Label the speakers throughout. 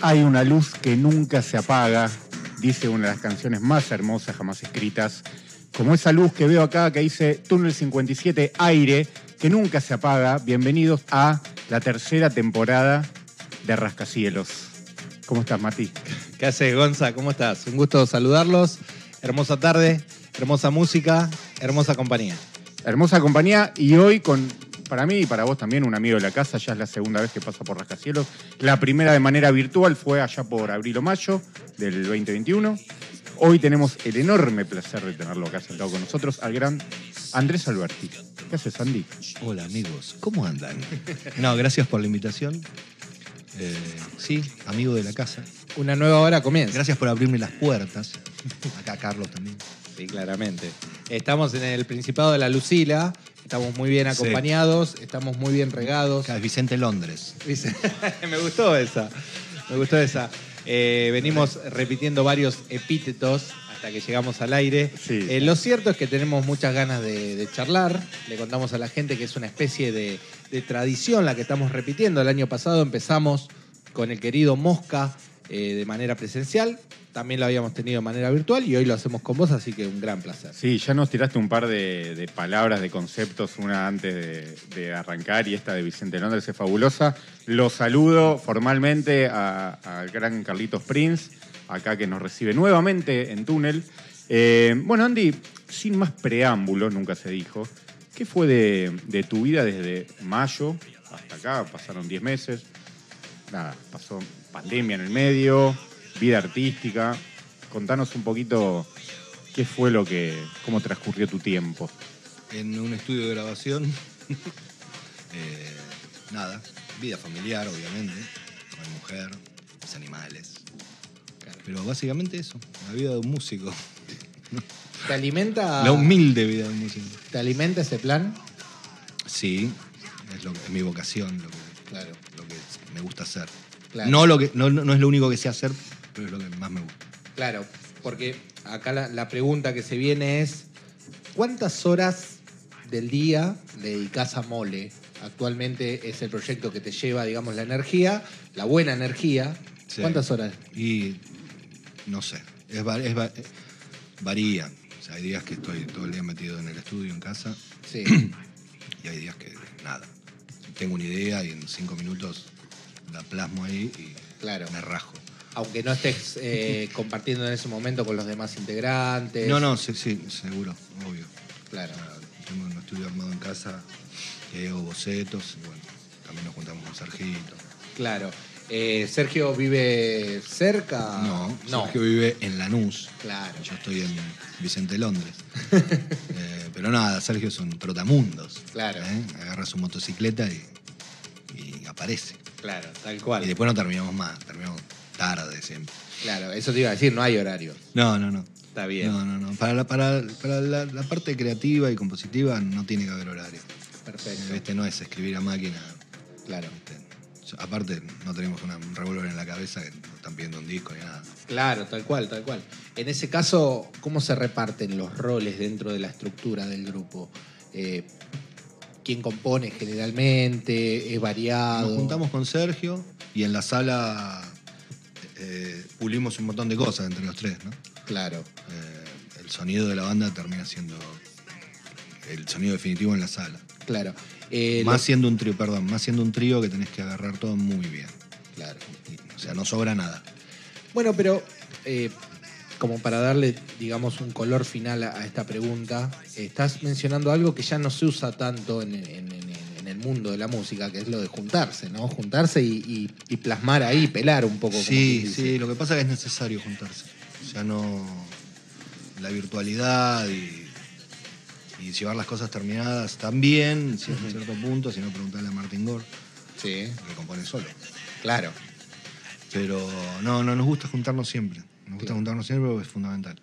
Speaker 1: Hay una luz que nunca se apaga, dice una de las canciones más hermosas jamás escritas. Como esa luz que veo acá que dice Túnel 57 Aire, que nunca se apaga. Bienvenidos a la tercera temporada de Rascacielos. ¿Cómo estás, Mati?
Speaker 2: ¿Qué haces, Gonza? ¿Cómo estás? Un gusto saludarlos. Hermosa tarde, hermosa música, hermosa compañía.
Speaker 1: Hermosa compañía y hoy con, para mí y para vos también, un amigo de la casa, ya es la segunda vez que pasa por Rascacielos. La primera de manera virtual fue allá por abril o mayo del 2021. Hoy tenemos el enorme placer de tenerlo acá sentado con nosotros al gran Andrés Alberti. ¿Qué haces, Andy?
Speaker 3: Hola amigos, ¿cómo andan? No, gracias por la invitación. Eh, sí, amigo de la casa.
Speaker 2: Una nueva hora comienza.
Speaker 3: Gracias por abrirme las puertas. Acá Carlos también.
Speaker 2: Sí, claramente. Estamos en el Principado de la Lucila. Estamos muy bien acompañados, estamos muy bien regados.
Speaker 3: Acá es Vicente Londres.
Speaker 2: Dice- me gustó esa, me gustó esa. Eh, venimos repitiendo varios epítetos hasta que llegamos al aire.
Speaker 1: Sí.
Speaker 2: Eh, lo cierto es que tenemos muchas ganas de, de charlar. Le contamos a la gente que es una especie de, de tradición la que estamos repitiendo. El año pasado empezamos con el querido Mosca eh, de manera presencial. También lo habíamos tenido de manera virtual y hoy lo hacemos con vos, así que un gran placer.
Speaker 1: Sí, ya nos tiraste un par de, de palabras, de conceptos, una antes de, de arrancar y esta de Vicente Londres es fabulosa. Los saludo formalmente a- al gran Carlitos Prince, acá que nos recibe nuevamente en túnel. Eh, bueno, Andy, sin más preámbulos, nunca se dijo, ¿qué fue de, de tu vida desde mayo hasta acá? Pasaron 10 meses, nada, pasó pandemia en el medio, vida artística. Contanos un poquito qué fue lo que, cómo transcurrió tu tiempo.
Speaker 3: En un estudio de grabación. Eh, nada, vida familiar, obviamente. Con mi mujer, mis animales. Pero básicamente eso, la vida de un músico.
Speaker 2: ¿Te alimenta,
Speaker 3: La humilde vida de un músico.
Speaker 2: ¿te alimenta ese plan?
Speaker 3: Sí, es, lo que- es mi vocación, lo que
Speaker 2: Claro.
Speaker 3: lo que es- me gusta hacer.
Speaker 2: Claro.
Speaker 3: No, lo que, no, no- no es lo único que sé hacer, pero es lo que más me gusta.
Speaker 2: Claro, porque acá la, la pregunta que se viene es, ¿cuántas horas del día le dedicás a Mole? Actualmente es el proyecto que te lleva, digamos, la energía, la buena energía.
Speaker 3: Sí.
Speaker 2: ¿Cuántas horas?
Speaker 3: Y no sé, es, va- es va- eh, varía. O sea, hay días que estoy todo el día metido en el estudio, en casa,
Speaker 2: Sí,
Speaker 3: y hay días que nada. Tengo una idea y en cinco minutos la plasmo ahí y
Speaker 2: Claro.
Speaker 3: me rajo.
Speaker 2: aunque no estés eh, compartiendo en ese momento con los demás integrantes.
Speaker 3: No, no, sí, sí, seguro, obvio.
Speaker 2: Claro.
Speaker 3: O sea, tengo un estudio armado en casa, y hago bocetos, y bueno, también nos juntamos con Sergito.
Speaker 2: Claro. Eh, ¿Sergio vive cerca?
Speaker 3: No,
Speaker 2: Ah, no.
Speaker 3: Sergio vive en Lanús.
Speaker 2: Claro.
Speaker 3: Yo estoy en Vicente Londres. Eh, pero nada, Sergio son trotamundos.
Speaker 2: Claro.
Speaker 3: ¿eh? Agarra su motocicleta y, y aparece.
Speaker 2: Claro, tal
Speaker 3: Y
Speaker 2: cual.
Speaker 3: después no terminamos más, terminamos tarde siempre.
Speaker 2: Claro, eso te iba a decir, no hay horario.
Speaker 3: No, no, no.
Speaker 2: Está bien.
Speaker 3: No, no, no. Para la, para, para la, la parte creativa y compositiva no tiene que haber horario.
Speaker 2: Perfecto.
Speaker 3: Este no es escribir a máquina.
Speaker 2: Claro.
Speaker 3: ¿viste? Yo- Aparte, no tenemos una- un revólver en la cabeza que no están pidiendo un disco ni nada.
Speaker 2: Claro, tal cual, tal cual. En ese caso, ¿cómo se reparten los roles dentro de la estructura del grupo? Eh, ¿Quién compone generalmente? ¿Es variado?
Speaker 3: Nos juntamos con Sergio y en la sala eh, pulimos un montón de cosas entre los tres, ¿no?
Speaker 2: Claro,
Speaker 3: Eh, el sonido de la banda termina siendo el sonido definitivo en la sala.
Speaker 2: claro. Eh,
Speaker 3: más
Speaker 2: lo-
Speaker 3: siendo un trío, perdón, más siendo un trío que tenés que agarrar todo muy bien.
Speaker 2: Claro.
Speaker 3: Y, O sea, no sobra nada.
Speaker 2: Bueno, pero eh, como para darle, digamos, un color final a, a esta pregunta, estás mencionando algo que ya no se usa tanto en, en- en- en el mundo de la música, que es lo de juntarse, ¿no? Juntarse y, y- y plasmar ahí, pelar un poco. como
Speaker 3: Sí,
Speaker 2: quien dice.
Speaker 3: sí, lo que pasa es que es necesario juntarse. O sea, no. La virtualidad y, y llevar las cosas terminadas también, en cier- cierto punto, si no preguntarle a Martin Gore,
Speaker 2: Sí,
Speaker 3: que compone solo.
Speaker 2: claro.
Speaker 3: Pero no, no nos gusta juntarnos siempre. Nos gusta
Speaker 2: Claro.
Speaker 3: juntarnos siempre porque es fundamental.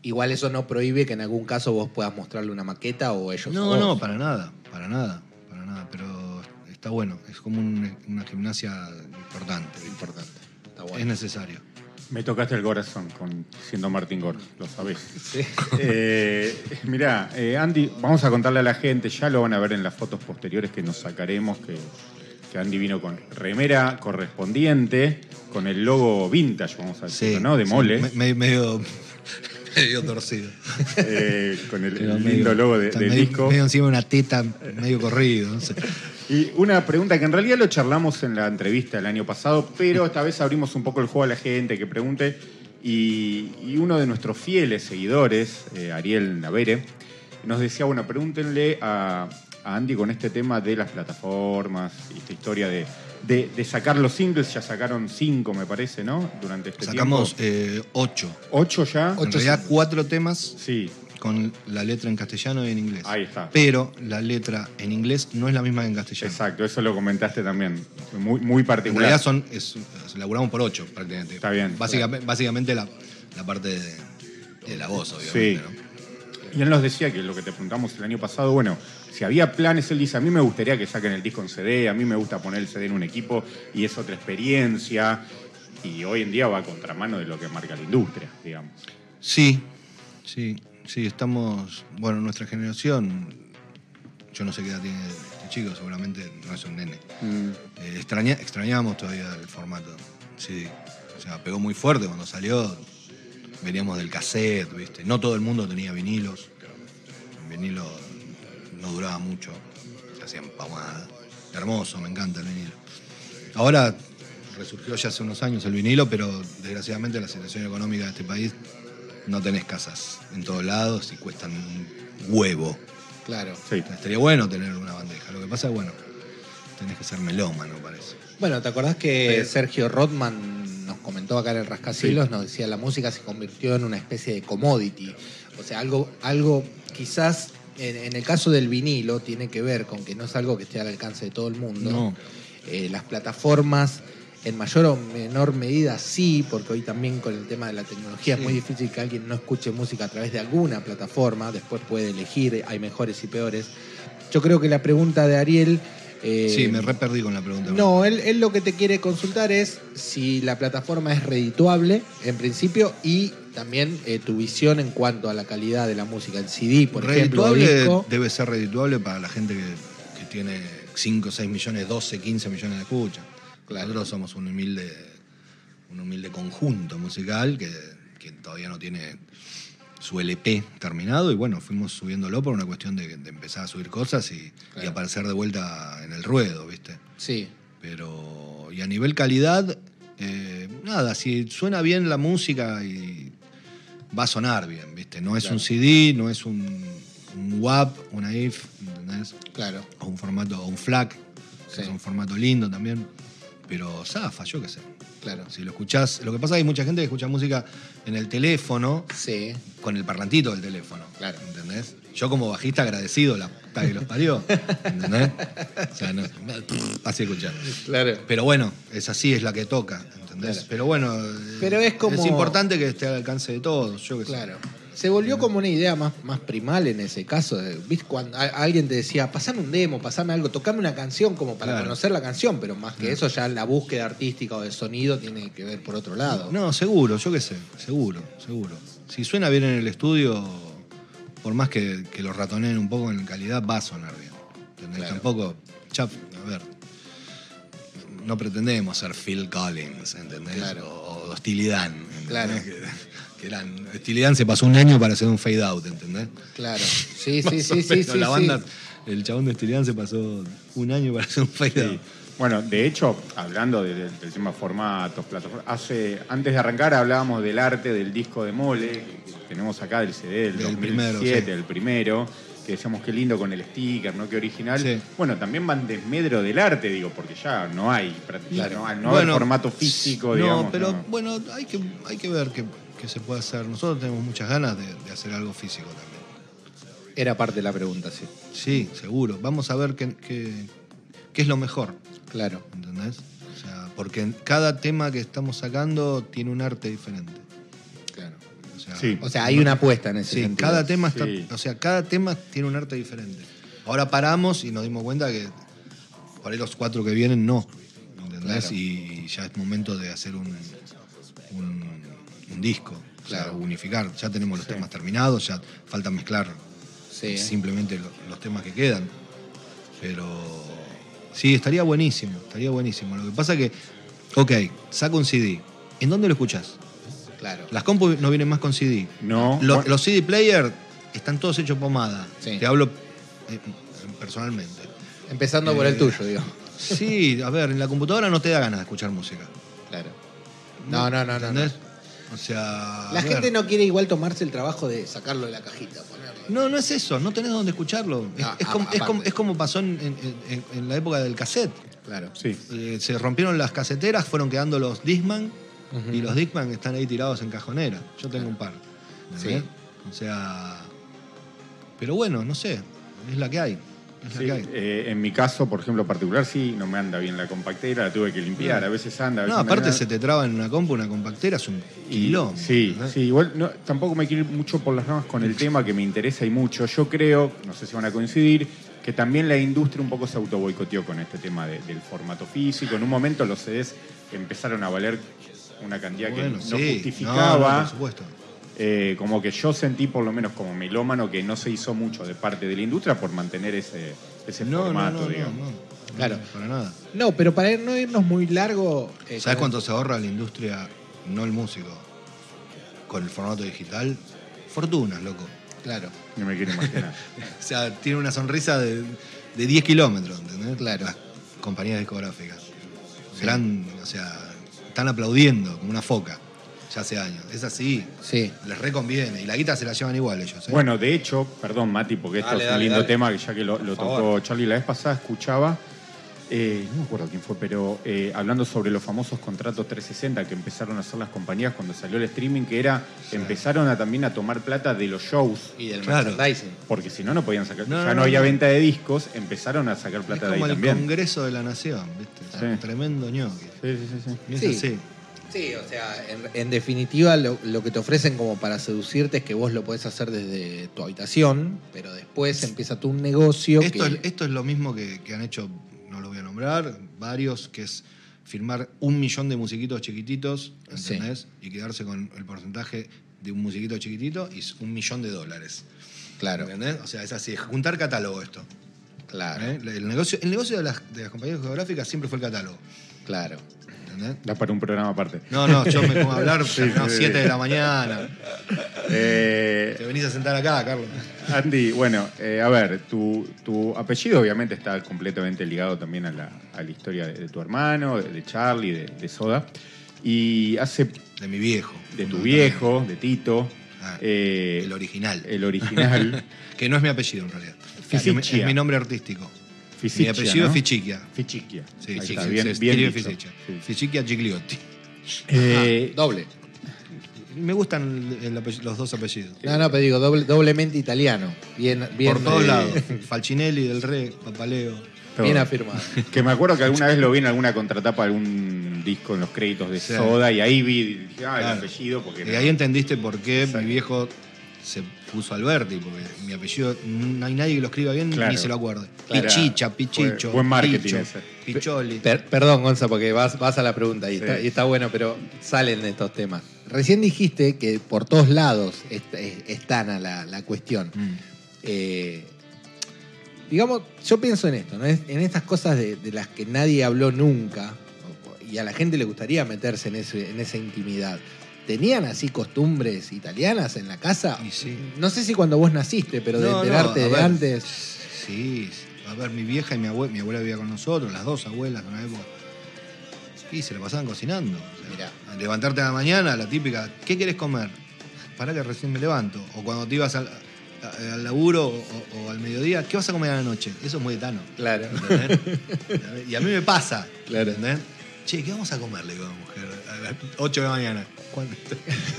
Speaker 2: Igual eso no prohíbe que en algún caso vos puedas mostrarle una maqueta o ellos. a
Speaker 3: No,
Speaker 2: vos.
Speaker 3: no, para nada, para nada, para nada. Pero está bueno, es como un- una gimnasia importante.
Speaker 2: Importante. Está
Speaker 3: Es
Speaker 2: bueno.
Speaker 3: necesario.
Speaker 1: Me tocaste el corazón con siendo Martín Gore, lo sabés.
Speaker 2: Sí.
Speaker 1: Eh, mirá, eh, Andy, vamos a contarle a la gente, ya lo van a ver en las fotos posteriores que nos sacaremos, que, que Andy vino con remera correspondiente, con el logo vintage, vamos a decirlo,
Speaker 3: Sí,
Speaker 1: ¿no? De
Speaker 3: sí,
Speaker 1: mole.
Speaker 3: me- me- medio, medio torcido.
Speaker 1: eh, con el,
Speaker 3: Pero
Speaker 1: el
Speaker 3: medio-
Speaker 1: lindo logo de-
Speaker 3: está
Speaker 1: del
Speaker 3: medio,
Speaker 1: disco.
Speaker 3: Medio encima de una teta, medio corrido. No sé.
Speaker 1: Y una pregunta que en realidad lo charlamos en la entrevista el año pasado, pero esta vez abrimos un poco el juego a la gente que pregunte. Y, y uno de nuestros fieles seguidores, eh, Ariel Navere, nos decía, bueno, pregúntenle a, a Andy con este tema de las plataformas, y esta historia de, de- de sacar los singles, ya sacaron cinco, me parece, ¿no? Durante este
Speaker 3: Sacamos
Speaker 1: tiempo.
Speaker 3: eh, ocho.
Speaker 1: ¿Ocho ya?
Speaker 3: En realidad, cuatro temas
Speaker 1: Sí,
Speaker 3: con la letra en castellano y en inglés.
Speaker 1: Ahí está.
Speaker 3: Pero la letra en inglés no es la misma que en castellano.
Speaker 1: exacto, eso lo comentaste también. Muy, muy
Speaker 3: En
Speaker 1: particular.
Speaker 3: realidad son, es, es- laburamos por ocho prácticamente.
Speaker 1: Está bien.
Speaker 3: Básicamente, básicamente la, la parte de, de la voz, obviamente.
Speaker 1: Sí.
Speaker 3: ¿no?
Speaker 1: Y él nos decía que lo que te preguntamos el año pasado, bueno, si había planes, él dice, a mí me gustaría que saquen el disco en CD, a mí me gusta poner el CD en un equipo y es otra experiencia. Y hoy en día va a contramano de lo que marca la industria, digamos.
Speaker 3: Sí, sí, sí, estamos. Bueno, nuestra generación, yo no sé qué edad tiene este chico, seguramente no es un nene. Eh, extraña- extrañamos todavía el formato. Sí. O sea, pegó muy fuerte cuando salió. Veníamos del cassette, ¿viste? No todo el mundo tenía vinilos. El vinilo no duraba mucho. Se hacían pamada. Hermoso, me encanta el vinilo. Ahora resurgió ya hace unos años el vinilo, pero desgraciadamente la situación económica de este país no tenés casas en todos lados y cuestan un huevo.
Speaker 2: Claro.
Speaker 1: Sí.
Speaker 3: Estaría bueno tener una bandeja. Lo que pasa es, bueno, tenés que ser melómano, parece.
Speaker 2: Bueno, ¿te acordás que
Speaker 3: Eh,
Speaker 2: Sergio Rodman nos comentó acá en el Rascacielos, nos decía la música se convirtió en una especie de commodity? O sea, algo, algo quizás en, en el caso del vinilo tiene que ver con que no es algo que esté al alcance de todo el mundo.
Speaker 3: No.
Speaker 2: Eh, las plataformas, en mayor o menor medida sí, porque hoy también con el tema de la tecnología es muy difícil que alguien no escuche música a través de alguna plataforma, después puede elegir, hay mejores y peores. Yo creo que la pregunta de Ariel... eh,
Speaker 3: Sí, me re perdí con la pregunta.
Speaker 2: no, él, él lo que te quiere consultar es si la plataforma es redituable, en principio, y también eh, tu visión en cuanto a la calidad de la música. El CD, por
Speaker 3: redituable
Speaker 2: ejemplo, o disco.
Speaker 3: debe ser redituable para la gente que, que tiene 5, 6 millones, 12, 15 millones de escuchas.
Speaker 2: Claro.
Speaker 3: Nosotros somos un humilde, un humilde conjunto musical que, que todavía no tiene su LP terminado y bueno, fuimos subiéndolo por una cuestión de, de empezar a subir cosas y, y
Speaker 2: Claro.
Speaker 3: aparecer de vuelta en el ruedo, ¿viste?
Speaker 2: Sí,
Speaker 3: Pero, y a nivel calidad, eh, nada, si suena bien la música y va a sonar bien, ¿viste? No es un CD, no es un, un WAP, una IF, ¿entendés?
Speaker 2: claro.
Speaker 3: O un formato, o un FLAC, que
Speaker 2: Sí.
Speaker 3: es un formato lindo también. Pero zafa, yo qué sé.
Speaker 2: Claro.
Speaker 3: Si lo escuchás, lo que pasa es que hay mucha gente que escucha música en el teléfono,
Speaker 2: Sí.
Speaker 3: con el parlantito del teléfono.
Speaker 2: Claro.
Speaker 3: ¿Entendés? Yo como bajista agradecido, la puta que los parió. ¿Entendés? O sea, no, así escuchar.
Speaker 2: Claro.
Speaker 3: Pero bueno, es así, es la que toca, ¿entendés?
Speaker 2: Claro.
Speaker 3: Pero bueno,
Speaker 2: Pero es como-
Speaker 3: es importante que esté al alcance de todos, yo que sé.
Speaker 2: Claro. Se volvió como una idea más, más primal en ese caso. de- ¿Viste? Cuando a- alguien te decía, pasame un demo, pasame algo, tocame una canción como para
Speaker 3: Claro.
Speaker 2: conocer la canción, pero más que eso ya la búsqueda artística o de sonido tiene que ver por otro lado.
Speaker 3: No, seguro, yo qué sé, seguro, seguro. Si suena bien en el estudio, por más que, que lo ratoneen un poco en calidad, va a sonar bien. ¿Entendés?
Speaker 2: Claro.
Speaker 3: Tampoco, ya, a ver, no pretendemos ser Phil Collins, ¿entendés?
Speaker 2: Claro.
Speaker 3: O, o Steely Dan, ¿entendés?
Speaker 2: Claro.
Speaker 3: Que, que eran, Steely Dan se pasó un año para hacer un fade out, ¿entendés?
Speaker 2: Claro. Sí, sí,
Speaker 3: Más o
Speaker 2: sí, sí,
Speaker 3: menos,
Speaker 2: sí.
Speaker 3: la
Speaker 2: sí.
Speaker 3: banda, el chabón de Estilian se pasó un año para hacer un fade
Speaker 1: Sí.
Speaker 3: out.
Speaker 1: Bueno, de hecho, hablando de- del, del tema formatos, plataformas, hace, antes de arrancar hablábamos del arte del disco de mole, que tenemos acá del CD del,
Speaker 3: Del
Speaker 1: 2007,
Speaker 3: primero, sí.
Speaker 1: el primero, que decíamos qué lindo con el sticker, ¿no? Qué original.
Speaker 3: Sí.
Speaker 1: Bueno, también van desmedro del arte, digo, porque ya no hay, prácticamente, no, hay- no
Speaker 3: Bueno,
Speaker 1: hay formato físico,
Speaker 3: no,
Speaker 1: digamos.
Speaker 3: pero
Speaker 1: ¿no?
Speaker 3: bueno, hay que, hay que ver qué qué se puede hacer. Nosotros tenemos muchas ganas de, de hacer algo físico también.
Speaker 2: Era parte de la pregunta, sí.
Speaker 3: Sí, seguro. Vamos a ver qué, qué- qué es lo mejor,
Speaker 2: Claro.
Speaker 3: ¿entendés? O sea, porque en cada tema que estamos sacando tiene un arte diferente.
Speaker 2: claro.
Speaker 3: O sea,
Speaker 1: Sí.
Speaker 2: O sea, hay una apuesta en ese
Speaker 3: Sí,
Speaker 2: sentido.
Speaker 3: cada tema está,
Speaker 1: Sí.
Speaker 3: o sea, cada tema tiene un arte diferente. Ahora paramos y nos dimos cuenta que por ahí los cuatro que vienen no. ¿Entendés?
Speaker 2: Claro.
Speaker 3: Y ya es momento de hacer un, un, un disco. o sea,
Speaker 2: Claro.
Speaker 3: unificar. Ya tenemos los temas terminados, ya falta mezclar
Speaker 2: Sí. ¿eh?
Speaker 3: simplemente lo- los temas que quedan. Pero sí, estaría buenísimo, estaría buenísimo. Lo que pasa que Ok, saco un CD. ¿En dónde lo escuchas?
Speaker 2: Claro.
Speaker 3: Las compus no vienen más con CD.
Speaker 1: No.
Speaker 3: Lo-
Speaker 1: Bueno,
Speaker 3: los CD player están todos hechos pomada.
Speaker 2: Sí.
Speaker 3: Te hablo eh, personalmente.
Speaker 2: Empezando por el
Speaker 3: Eh.
Speaker 2: tuyo, digo.
Speaker 3: Sí, a ver, en la computadora no te da ganas de escuchar música.
Speaker 2: Claro. No, no, no, no. no.
Speaker 3: ¿Entendés? O sea. a
Speaker 2: La
Speaker 3: ver.
Speaker 2: gente no quiere igual tomarse el trabajo de sacarlo de la cajita, ponerlo.
Speaker 3: No, no es eso, no tenés dónde escucharlo. Es,
Speaker 2: Ah,
Speaker 3: es como, es
Speaker 2: aparte.
Speaker 3: como- es como pasó en, en- en- en la época del cassette.
Speaker 2: Claro.
Speaker 1: Sí.
Speaker 3: Eh, se rompieron las caseteras, fueron quedando los Disman
Speaker 2: Ujú.
Speaker 3: y los Disman están ahí tirados en cajonera. Yo tengo un par.
Speaker 2: Sí.
Speaker 3: ¿Eh? O sea. Pero bueno, no sé, es la que hay. Es
Speaker 1: Sí,
Speaker 3: la que hay.
Speaker 1: eh, en mi caso, por ejemplo, particular, sí, no me anda bien la compactera, la tuve que limpiar,
Speaker 3: No.
Speaker 1: a veces anda, a veces
Speaker 3: No, aparte
Speaker 1: anda.
Speaker 3: se te traba en una compu, una compactera, es un
Speaker 1: Y-
Speaker 3: quilombo.
Speaker 1: Sí,
Speaker 3: ¿no?
Speaker 1: sí, igual no, tampoco me quiero ir mucho por las ramas con el tema que me interesa y mucho. Yo creo, no sé si van a coincidir, que también la industria un poco se auto boicoteó con este tema de- del formato físico. En un momento los CDs empezaron a valer una cantidad
Speaker 3: Bueno,
Speaker 1: que
Speaker 3: sí.
Speaker 1: no
Speaker 3: No,
Speaker 1: justificaba.
Speaker 3: no, por supuesto.
Speaker 1: Eh, como que yo sentí, por lo menos como melómano, que no se hizo mucho de parte de la industria por mantener ese, ese
Speaker 3: No,
Speaker 1: formato,
Speaker 3: no, no,
Speaker 1: digamos.
Speaker 3: no, no.
Speaker 2: Claro.
Speaker 3: No, para nada.
Speaker 2: No, pero para ir- no irnos muy largo. eh,
Speaker 3: ¿Sabes
Speaker 2: con el-
Speaker 3: cuánto se ahorra la industria, no el músico, con el formato digital? Fortunas, loco.
Speaker 2: Claro,
Speaker 1: No me quiero imaginar.
Speaker 3: O sea, tiene una sonrisa de, de 10 kilómetros, ¿entendés?
Speaker 2: Claro.
Speaker 3: Las compañías discográficas. Gran, o sea, están aplaudiendo como una foca ya hace años. Es así.
Speaker 2: sí.
Speaker 3: Les reconviene. Y la guita se la llevan igual ellos. ¿eh?
Speaker 1: Bueno, de hecho, perdón Mati, porque esto
Speaker 4: Dale,
Speaker 1: es un
Speaker 4: dale,
Speaker 1: lindo
Speaker 4: dale.
Speaker 1: tema que ya que lo, lo
Speaker 4: Por
Speaker 1: tocó
Speaker 4: favor.
Speaker 1: Charlie la vez pasada, escuchaba, eh, no me acuerdo quién fue, pero eh, hablando sobre los famosos contratos 360 que empezaron a hacer las compañías cuando salió el streaming, que era, empezaron a, también a tomar plata de los shows.
Speaker 2: Y del
Speaker 3: Claro.
Speaker 2: merchandising.
Speaker 1: Porque si no, no podían sacar.
Speaker 3: No,
Speaker 1: ya
Speaker 3: no,
Speaker 1: no,
Speaker 3: no,
Speaker 1: había
Speaker 3: no.
Speaker 1: venta de discos, empezaron a sacar
Speaker 3: es
Speaker 1: plata de ahí
Speaker 3: como el
Speaker 1: también.
Speaker 3: Congreso de la Nación, ¿viste?
Speaker 1: Sí.
Speaker 3: Tremendo ñoqui.
Speaker 1: Sí, sí, sí, sí.
Speaker 3: Y es
Speaker 2: Sí.
Speaker 3: así.
Speaker 2: Sí, o sea, en, en definitiva lo, lo que te ofrecen como para seducirte es que vos lo podés hacer desde tu habitación, pero después empieza tú un negocio
Speaker 3: Esto,
Speaker 2: que...
Speaker 3: es, esto es lo mismo que, que han hecho, no lo voy a nombrar, varios, que es firmar un millón de musiquitos chiquititos,
Speaker 2: Sí.
Speaker 3: ¿entendés? Y quedarse con el porcentaje de un musiquito chiquitito y s- un millón de dólares.
Speaker 2: Claro,
Speaker 3: ¿Entendés? O sea, es así, es juntar catálogo esto.
Speaker 2: claro,
Speaker 3: ¿eh? El negocio, el negocio de, las, de las compañías geográficas siempre fue el catálogo.
Speaker 2: claro.
Speaker 3: ¿Entendés?
Speaker 1: Da para un programa aparte.
Speaker 3: No, no, yo me pongo a hablar,
Speaker 1: Sí,
Speaker 3: no,
Speaker 1: sí,
Speaker 3: 7
Speaker 1: sí.
Speaker 3: de la mañana.
Speaker 1: Eh,
Speaker 3: Te venís a sentar acá, Carlos.
Speaker 1: Andy, bueno, eh, a ver, tu, tu apellido obviamente está completamente ligado también a la, a la historia de, de tu hermano, de, de Charlie, de, de Soda. Y hace
Speaker 3: De mi viejo.
Speaker 1: de tu viejo, de Tito,
Speaker 3: Ah,
Speaker 1: eh,
Speaker 3: El original.
Speaker 1: el original,
Speaker 3: Que no es mi apellido en realidad.
Speaker 1: Fisichia.
Speaker 3: Es mi- Es mi nombre artístico.
Speaker 1: Fisichia,
Speaker 3: mi apellido
Speaker 1: ¿no?
Speaker 3: es Fichiquia.
Speaker 1: Fichiquia.
Speaker 3: Sí,
Speaker 1: Ahí
Speaker 3: sí,
Speaker 1: está,
Speaker 3: sí,
Speaker 1: bien,
Speaker 3: se
Speaker 1: bien
Speaker 3: escribe Ah,
Speaker 1: dicho.
Speaker 3: Fisichia.
Speaker 1: Sí.
Speaker 3: Fichiquia Gigliotti.
Speaker 1: Eh,
Speaker 2: Doble.
Speaker 3: Me gustan el apell- los dos apellidos.
Speaker 2: No, no, pero digo, doble- doblemente italiano. Bien, bien,
Speaker 3: Por todos
Speaker 2: eh,
Speaker 3: lados. Falcinelli, Del Rey, Papaleo.
Speaker 1: todo.
Speaker 2: Bien afirmado.
Speaker 1: Que me acuerdo que alguna vez lo vi en alguna contratapa, algún disco en los créditos de
Speaker 3: Sí.
Speaker 1: Soda, y ahí vi, dije, ah, el
Speaker 3: Claro.
Speaker 1: apellido, porque...
Speaker 3: Y ahí entendiste por qué mi viejo se puso Alberti, porque mi apellido no hay nadie que lo escriba bien
Speaker 1: Claro.
Speaker 3: ni se lo acuerde.
Speaker 1: Claro.
Speaker 3: Pichicha, Pichicho.
Speaker 1: Buen marketing
Speaker 3: Picho,
Speaker 1: ese.
Speaker 3: Picholi.
Speaker 2: Per- perdón, Gonza, porque vas, vas a la pregunta y,
Speaker 1: Sí.
Speaker 2: está, y está bueno, pero salen de estos temas. Recién dijiste que por todos lados est- es- están a la, la cuestión.
Speaker 3: Mm.
Speaker 2: Eh, digamos, yo pienso en esto, ¿no? Es- en estas cosas de, de las que nadie habló nunca o- y a la gente le gustaría meterse en, ese- en esa intimidad. ¿Tenían así costumbres italianas en la casa?
Speaker 3: Y sí.
Speaker 2: No sé si cuando vos naciste, pero de
Speaker 3: No, no,
Speaker 2: enterarte
Speaker 3: a
Speaker 2: de
Speaker 3: ver,
Speaker 2: antes.
Speaker 3: Sí, a ver, mi vieja y mi abuela, mi abuela vivía con nosotros, las dos abuelas en una época. Y se la pasaban cocinando. o sea,
Speaker 2: Mirá.
Speaker 3: a Levantarte a la mañana, la típica, ¿qué quieres comer? Pará que recién me levanto. O cuando te ibas al, a- al laburo o, o al mediodía, ¿qué vas a comer a la noche? Eso es muy etano.
Speaker 2: Claro.
Speaker 3: ¿entendés? y a mí me pasa.
Speaker 2: Claro.
Speaker 3: ¿entendés? Che, ¿qué vamos a comer? Le digo a la mujer a las 8 de la mañana. ¿Cuándo?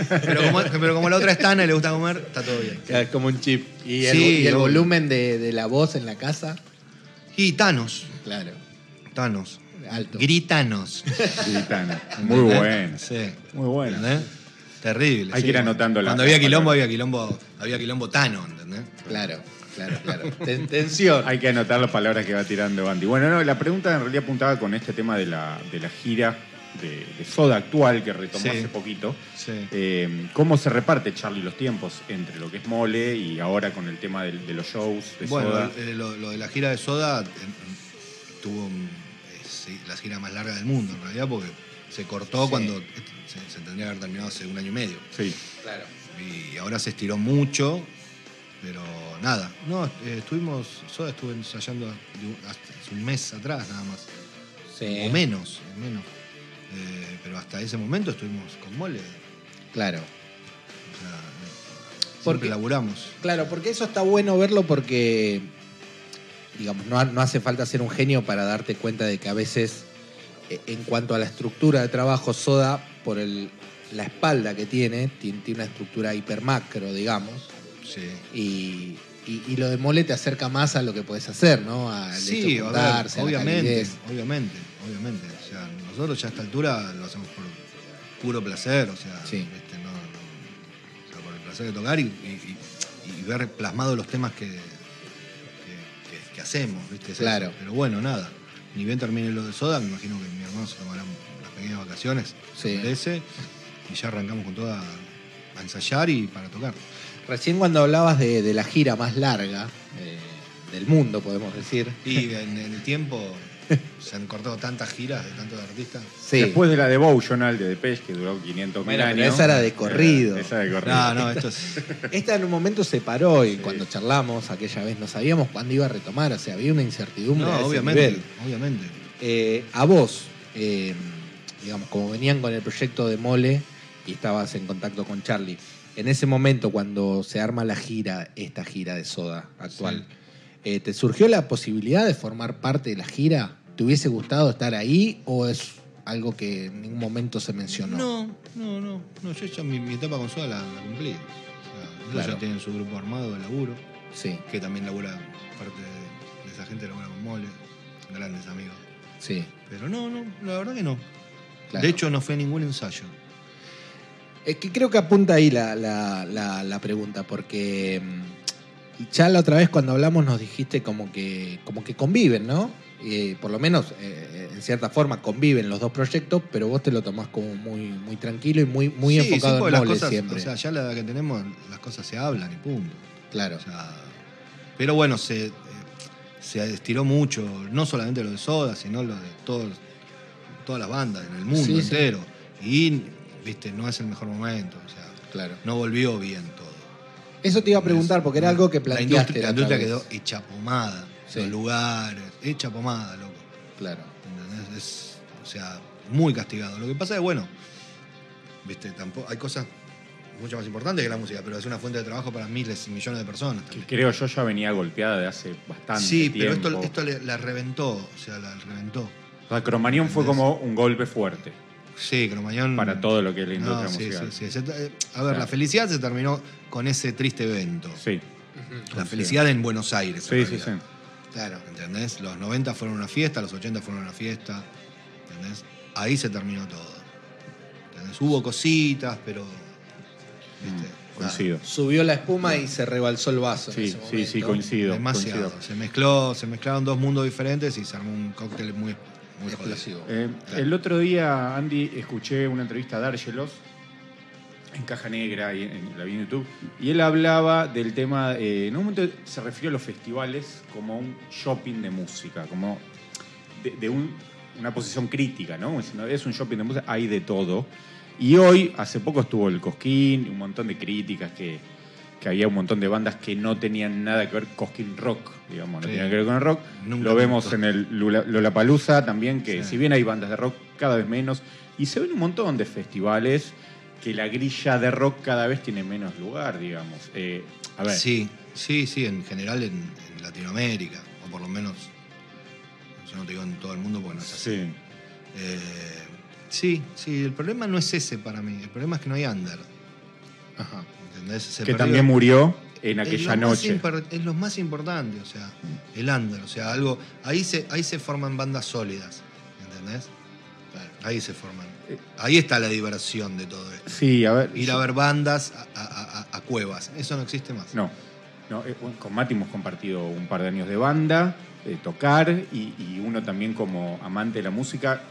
Speaker 3: pero, como, pero como la otra es tana y le gusta comer, está todo bien.
Speaker 2: Es como un chip. Y el,
Speaker 3: Sí,
Speaker 2: y el
Speaker 3: obvio.
Speaker 2: volumen de, de la voz en la casa,
Speaker 3: Y tanos.
Speaker 2: claro,
Speaker 3: Tanos.
Speaker 2: alto.
Speaker 3: Gritanos.
Speaker 1: Gitana. Muy bueno.
Speaker 3: Sí.
Speaker 1: Muy bueno.
Speaker 3: ¿Entendés? Terrible.
Speaker 1: Hay que ir anotando la-
Speaker 3: Cuando
Speaker 1: la
Speaker 3: había quilombo,
Speaker 1: palabra.
Speaker 3: había quilombo, había quilombo tano, ¿entendés?
Speaker 2: Claro, claro, claro. Ten- tensión.
Speaker 1: Hay que anotar las palabras que va tirando Andy. Bueno, no, la pregunta en realidad apuntaba con este tema de la, de la gira de, de Soda actual que retomó
Speaker 3: Sí.
Speaker 1: hace poquito.
Speaker 3: Sí.
Speaker 1: Eh, ¿Cómo se reparte, Charlie, los tiempos entre lo que es mole y ahora con el tema del- de, los shows de Soda?
Speaker 3: Bueno, eh, lo, lo de la gira de Soda eh, tuvo mm, eh, sí, la gira más larga del mundo, en realidad, porque Se cortó
Speaker 2: Sí.
Speaker 3: cuando se, se tendría que haber terminado hace un año y medio.
Speaker 1: Sí.
Speaker 2: Claro.
Speaker 3: Y ahora se estiró mucho, pero nada. No, eh, estuvimos, Soda estuve ensayando de un- hasta hace un mes atrás nada más.
Speaker 2: Sí.
Speaker 3: O menos, o menos. Eh, pero hasta ese momento estuvimos con mole.
Speaker 2: Claro.
Speaker 3: O sea, siempre
Speaker 2: Porque-
Speaker 3: laburamos.
Speaker 2: Claro, porque eso está bueno verlo porque, digamos, no, ha- no hace falta ser un genio para darte cuenta de que a veces, eh, en cuanto a la estructura de trabajo, Soda, por el, la espalda que tiene, tiene, tiene una estructura hipermacro, digamos,
Speaker 3: Sí.
Speaker 2: y, y- y lo de mole te acerca más a lo que puedes hacer, ¿no? Al hecho de
Speaker 3: Sí, a ver,
Speaker 2: juntarse, a la
Speaker 3: obviamente,
Speaker 2: calidez.
Speaker 3: obviamente, obviamente. O sea, nosotros ya a esta altura lo hacemos por puro placer, o sea,
Speaker 2: Sí.
Speaker 3: viste, no- no- o sea, por el placer de tocar y, y- y- y ver plasmados los temas que, que, que- que hacemos, ¿viste? Es eso.
Speaker 2: Claro.
Speaker 3: Pero bueno, nada. Ni bien termine lo de Soda, me imagino que mi hermano se tomará unas pequeñas vacaciones,
Speaker 2: Sí.
Speaker 3: me parece, y ya arrancamos con toda a ensayar y para tocar.
Speaker 2: Recién cuando hablabas de, de la gira más larga eh, del mundo, podemos decir.
Speaker 3: Y en el tiempo se han cortado tantas giras de tantos artistas.
Speaker 2: Sí.
Speaker 1: Después de la Devotional de Depeche, que duró 500 mil
Speaker 2: Bueno, pero
Speaker 1: años.
Speaker 2: esa era de corrido.
Speaker 1: Era- Esa de corrido.
Speaker 3: No, no, esto es.
Speaker 2: Esta en un momento se paró y
Speaker 1: Sí.
Speaker 2: cuando charlamos aquella vez no sabíamos cuándo iba a retomar, o sea, había una incertidumbre. a
Speaker 3: No,
Speaker 2: ese
Speaker 3: obviamente,
Speaker 2: nivel.
Speaker 3: obviamente.
Speaker 2: Eh, a vos, eh, digamos, como venían con el proyecto de Mole y estabas en contacto con Charlie, en ese momento cuando se arma la gira, esta gira de Soda actual, eh, ¿te surgió la posibilidad de formar parte de la gira? ¿Te hubiese gustado estar ahí o es algo que en ningún momento se mencionó?
Speaker 3: No, no, no. no yo ya mi, mi etapa con Soda la, la cumplí. O sea, ellos
Speaker 2: Claro.
Speaker 3: ya tienen su grupo armado de laburo,
Speaker 2: Sí,
Speaker 3: que también labura parte de, de esa gente, labura con Mole, grandes amigos.
Speaker 2: sí.
Speaker 3: Pero no, no, la verdad que no.
Speaker 2: claro.
Speaker 3: De hecho, no fue a ningún ensayo.
Speaker 2: Es que creo que apunta ahí la, la- la- la pregunta, porque mm, ya la otra vez cuando hablamos nos dijiste como que, como que conviven, ¿no? Eh, por lo menos, eh, en cierta forma, conviven los dos proyectos, pero vos te lo tomás como muy, muy tranquilo y muy, muy
Speaker 3: Sí, sí,
Speaker 2: enfocado
Speaker 3: porque
Speaker 2: en
Speaker 3: las
Speaker 2: mole
Speaker 3: cosas,
Speaker 2: siempre.
Speaker 3: O sea, ya la edad que tenemos, las cosas se hablan y punto.
Speaker 2: claro,
Speaker 3: O sea, pero bueno, se, eh, se estiró mucho, no solamente lo de Soda, sino lo de todos, todas las bandas en el mundo
Speaker 2: Sí, sí.
Speaker 3: entero. Y, viste, no es el mejor momento. O sea,
Speaker 2: claro.
Speaker 3: no volvió bien todo.
Speaker 2: Eso te iba a preguntar, porque era algo que
Speaker 3: La
Speaker 2: planteaste.
Speaker 3: industria, la
Speaker 2: la otra
Speaker 3: industria
Speaker 2: vez.
Speaker 3: quedó hecha pomada.
Speaker 2: Sí.
Speaker 3: Los lugares, hecha pomada, loco.
Speaker 2: Claro,
Speaker 3: ¿Entendés? Es, o sea, muy castigado. Lo que pasa es, bueno, viste, tampoco, hay cosas mucho más importantes que la música, pero es una fuente de trabajo para miles y millones de personas también.
Speaker 1: Que creo yo ya venía golpeada de hace bastante
Speaker 3: Sí, pero
Speaker 1: tiempo.
Speaker 3: esto, esto le- la reventó, o sea, la reventó.
Speaker 1: O sea, Cromañón fue como un golpe fuerte
Speaker 3: Sí, Cromañón.
Speaker 1: para todo lo que es la industria
Speaker 3: No, sí,
Speaker 1: musical.
Speaker 3: sí, sí. Se- eh, A ver,
Speaker 1: Claro.
Speaker 3: la felicidad se terminó con ese triste evento.
Speaker 1: Sí,
Speaker 3: La felicidad en Buenos Aires.
Speaker 1: sí,
Speaker 3: en
Speaker 1: sí, sí.
Speaker 3: realidad.
Speaker 2: claro.
Speaker 3: ¿Entendés? Los 90 fueron una fiesta, los 80 fueron una fiesta. ¿Entendés? Ahí se terminó todo. ¿Entendés? Hubo cositas, pero. ¿viste?
Speaker 1: Mm,
Speaker 3: Nada.
Speaker 1: Coincido.
Speaker 2: Subió la espuma y se rebalsó el vaso. en
Speaker 1: Sí,
Speaker 2: ese
Speaker 1: sí, sí,
Speaker 2: momento.
Speaker 1: coincido.
Speaker 3: Demasiado.
Speaker 1: coincido.
Speaker 3: Se mezcló, se mezclaron dos mundos diferentes y se armó un cóctel muy, muy jodido.
Speaker 2: Explosivo.
Speaker 1: Eh, el otro día, Andy, escuché una entrevista a Dargelos en Caja Negra, y en, la vi en YouTube, y él hablaba del tema, eh, en un momento se refirió a los festivales como un shopping de música, como de, de un- una posición crítica, ¿no? Diciendo, Es un shopping de música, hay de todo. Y hoy, hace poco estuvo el Cosquín, un montón de críticas que, que había un montón de bandas que no tenían nada que ver Cosquín Rock, digamos, no
Speaker 3: Sí.
Speaker 1: tenían que ver con el rock.
Speaker 3: Nunca
Speaker 1: Lo vemos
Speaker 3: gustó.
Speaker 1: en el Lula- Lollapalooza también, que
Speaker 3: Sí.
Speaker 1: si bien hay bandas de rock cada vez menos, y se ven un montón de festivales que la grilla de rock cada vez tiene menos lugar, digamos. Eh, a ver,
Speaker 3: Sí, sí, sí, en general en, en Latinoamérica, o por lo menos, yo no te digo en todo el mundo porque no es así.
Speaker 1: sí,
Speaker 3: Eh, sí, sí, el problema no es ese para mí, el problema es que no hay under,
Speaker 2: Ajá.
Speaker 3: ¿entendés? Se
Speaker 1: que
Speaker 3: perdió-
Speaker 1: también murió en
Speaker 3: es lo
Speaker 1: aquella
Speaker 3: más
Speaker 1: noche.
Speaker 3: impor- Es lo más importante, o sea, el under, o sea, algo, ahí se, ahí se forman bandas sólidas, ¿entendés? Ahí se forman.
Speaker 1: Eh.
Speaker 3: Ahí está la diversión de todo esto.
Speaker 1: Sí, a ver.
Speaker 3: Ir a ver bandas a, a- a- a cuevas, eso no existe más.
Speaker 1: No, no eh, bueno, con Mati hemos compartido un par de años de banda, de tocar, y, y uno también como amante de la música,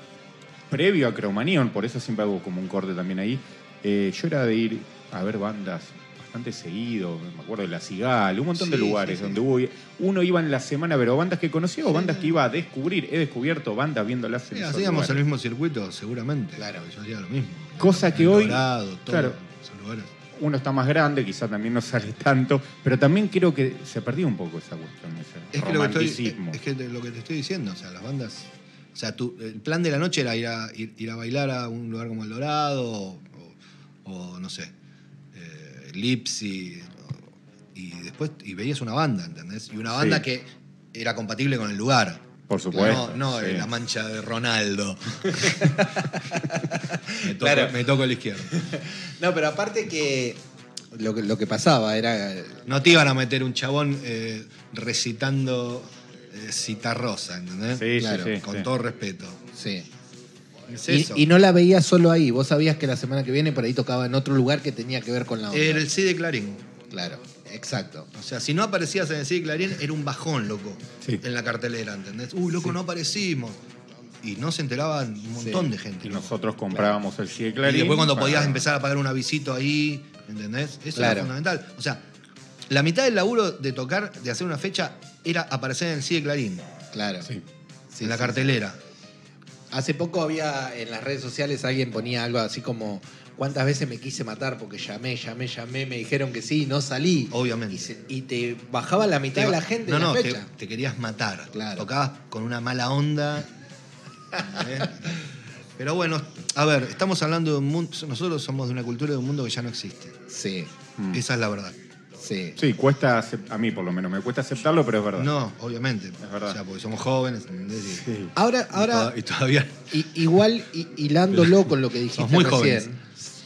Speaker 1: previo a Cromanion, por eso siempre hago como un corte también ahí, eh, yo era de ir a ver bandas bastante seguido, me acuerdo de La Cigal, un montón de
Speaker 3: Sí,
Speaker 1: lugares
Speaker 3: sí, sí.
Speaker 1: donde hubo, uno iba en la semana, pero bandas que conocía o bandas que iba a descubrir. He descubierto bandas viéndolas en
Speaker 3: Sí,
Speaker 1: esos
Speaker 3: hacíamos
Speaker 1: lugares.
Speaker 3: el mismo circuito, seguramente.
Speaker 2: Claro.
Speaker 3: Yo hacía lo mismo.
Speaker 1: Cosa que
Speaker 3: El
Speaker 1: hoy-
Speaker 3: Dorado, todo,
Speaker 1: claro.
Speaker 3: esos lugares.
Speaker 1: Uno está más grande, quizá también no sale tanto, pero también creo que se perdió un poco esa cuestión, ese
Speaker 3: Es que, lo que, estoy,
Speaker 1: romanticismo.
Speaker 3: es que lo que te estoy diciendo, o sea, las bandas. O sea, tu- el plan de la noche era ir a, ir, ir a bailar a un lugar como El Dorado o, o- o, no sé, eh, Lipsy. o- Y después y veías una banda, ¿entendés? Y una banda
Speaker 1: Sí.
Speaker 3: que era compatible con el lugar.
Speaker 1: Por supuesto,
Speaker 3: No, no
Speaker 1: sí.
Speaker 3: la mancha de Ronaldo. me, toco,
Speaker 2: Claro.
Speaker 3: me toco el izquierdo.
Speaker 2: No, pero aparte que lo, que lo que pasaba era. eh,
Speaker 3: No te iban a meter un chabón eh, recitando eh, Citarrosa, ¿entendés?
Speaker 1: Sí, sí,
Speaker 2: Claro,
Speaker 1: sí,
Speaker 3: Con
Speaker 1: sí.
Speaker 3: todo respeto.
Speaker 2: Sí.
Speaker 3: Es
Speaker 2: Y,
Speaker 3: eso.
Speaker 2: y no la veías solo ahí. Vos sabías que la semana que viene por ahí tocaba en otro lugar que tenía que ver con la onda.
Speaker 3: Era el sí de Clarín.
Speaker 2: Claro, exacto.
Speaker 3: O sea, si no aparecías en el sí de Clarín, era un bajón, loco.
Speaker 1: Sí.
Speaker 3: En la cartelera, ¿entendés? Uy, loco, no aparecimos. Y no se enteraban un montón de gente.
Speaker 1: Y
Speaker 3: loco.
Speaker 1: nosotros comprábamos el CD Clarín.
Speaker 3: Y después cuando
Speaker 1: para-
Speaker 3: podías empezar a pagar un avisito ahí, ¿entendés? Eso
Speaker 2: Claro.
Speaker 3: era fundamental. O sea, la mitad del laburo de tocar, de hacer una fecha, era aparecer en el sí de Clarín,
Speaker 2: Claro.
Speaker 1: Sí.
Speaker 2: Sí,
Speaker 3: en la
Speaker 2: sí,
Speaker 3: cartelera.
Speaker 2: Hace poco había en las redes sociales alguien ponía algo así como cuántas veces me quise matar porque llamé, llamé, llamé, me dijeron que sí, no salí.
Speaker 3: Obviamente.
Speaker 2: Y, se- y te bajaba la mitad
Speaker 3: Te-
Speaker 2: de la gente
Speaker 3: No,
Speaker 2: en la
Speaker 3: no, te,
Speaker 2: fecha.
Speaker 3: te querías matar.
Speaker 2: Claro.
Speaker 3: Tocabas con una mala onda. ¿eh? Pero bueno, a ver, estamos hablando de un mundo. Nosotros somos de una cultura de un mundo que ya no existe.
Speaker 2: Sí,
Speaker 1: Mm.
Speaker 3: Esa es la verdad.
Speaker 2: sí.
Speaker 1: Sí, cuesta, acep- a mí por lo menos, me cuesta aceptarlo, pero es verdad.
Speaker 3: No, obviamente.
Speaker 1: verdad.
Speaker 3: O sea, porque somos jóvenes, ¿entendés? Y-
Speaker 1: Sí.
Speaker 2: Ahora,
Speaker 3: y
Speaker 2: ahora
Speaker 3: toda- y todavía.
Speaker 2: i- igual hi- hilándolo con lo que dijiste
Speaker 3: Somos muy
Speaker 2: recién.
Speaker 3: jóvenes.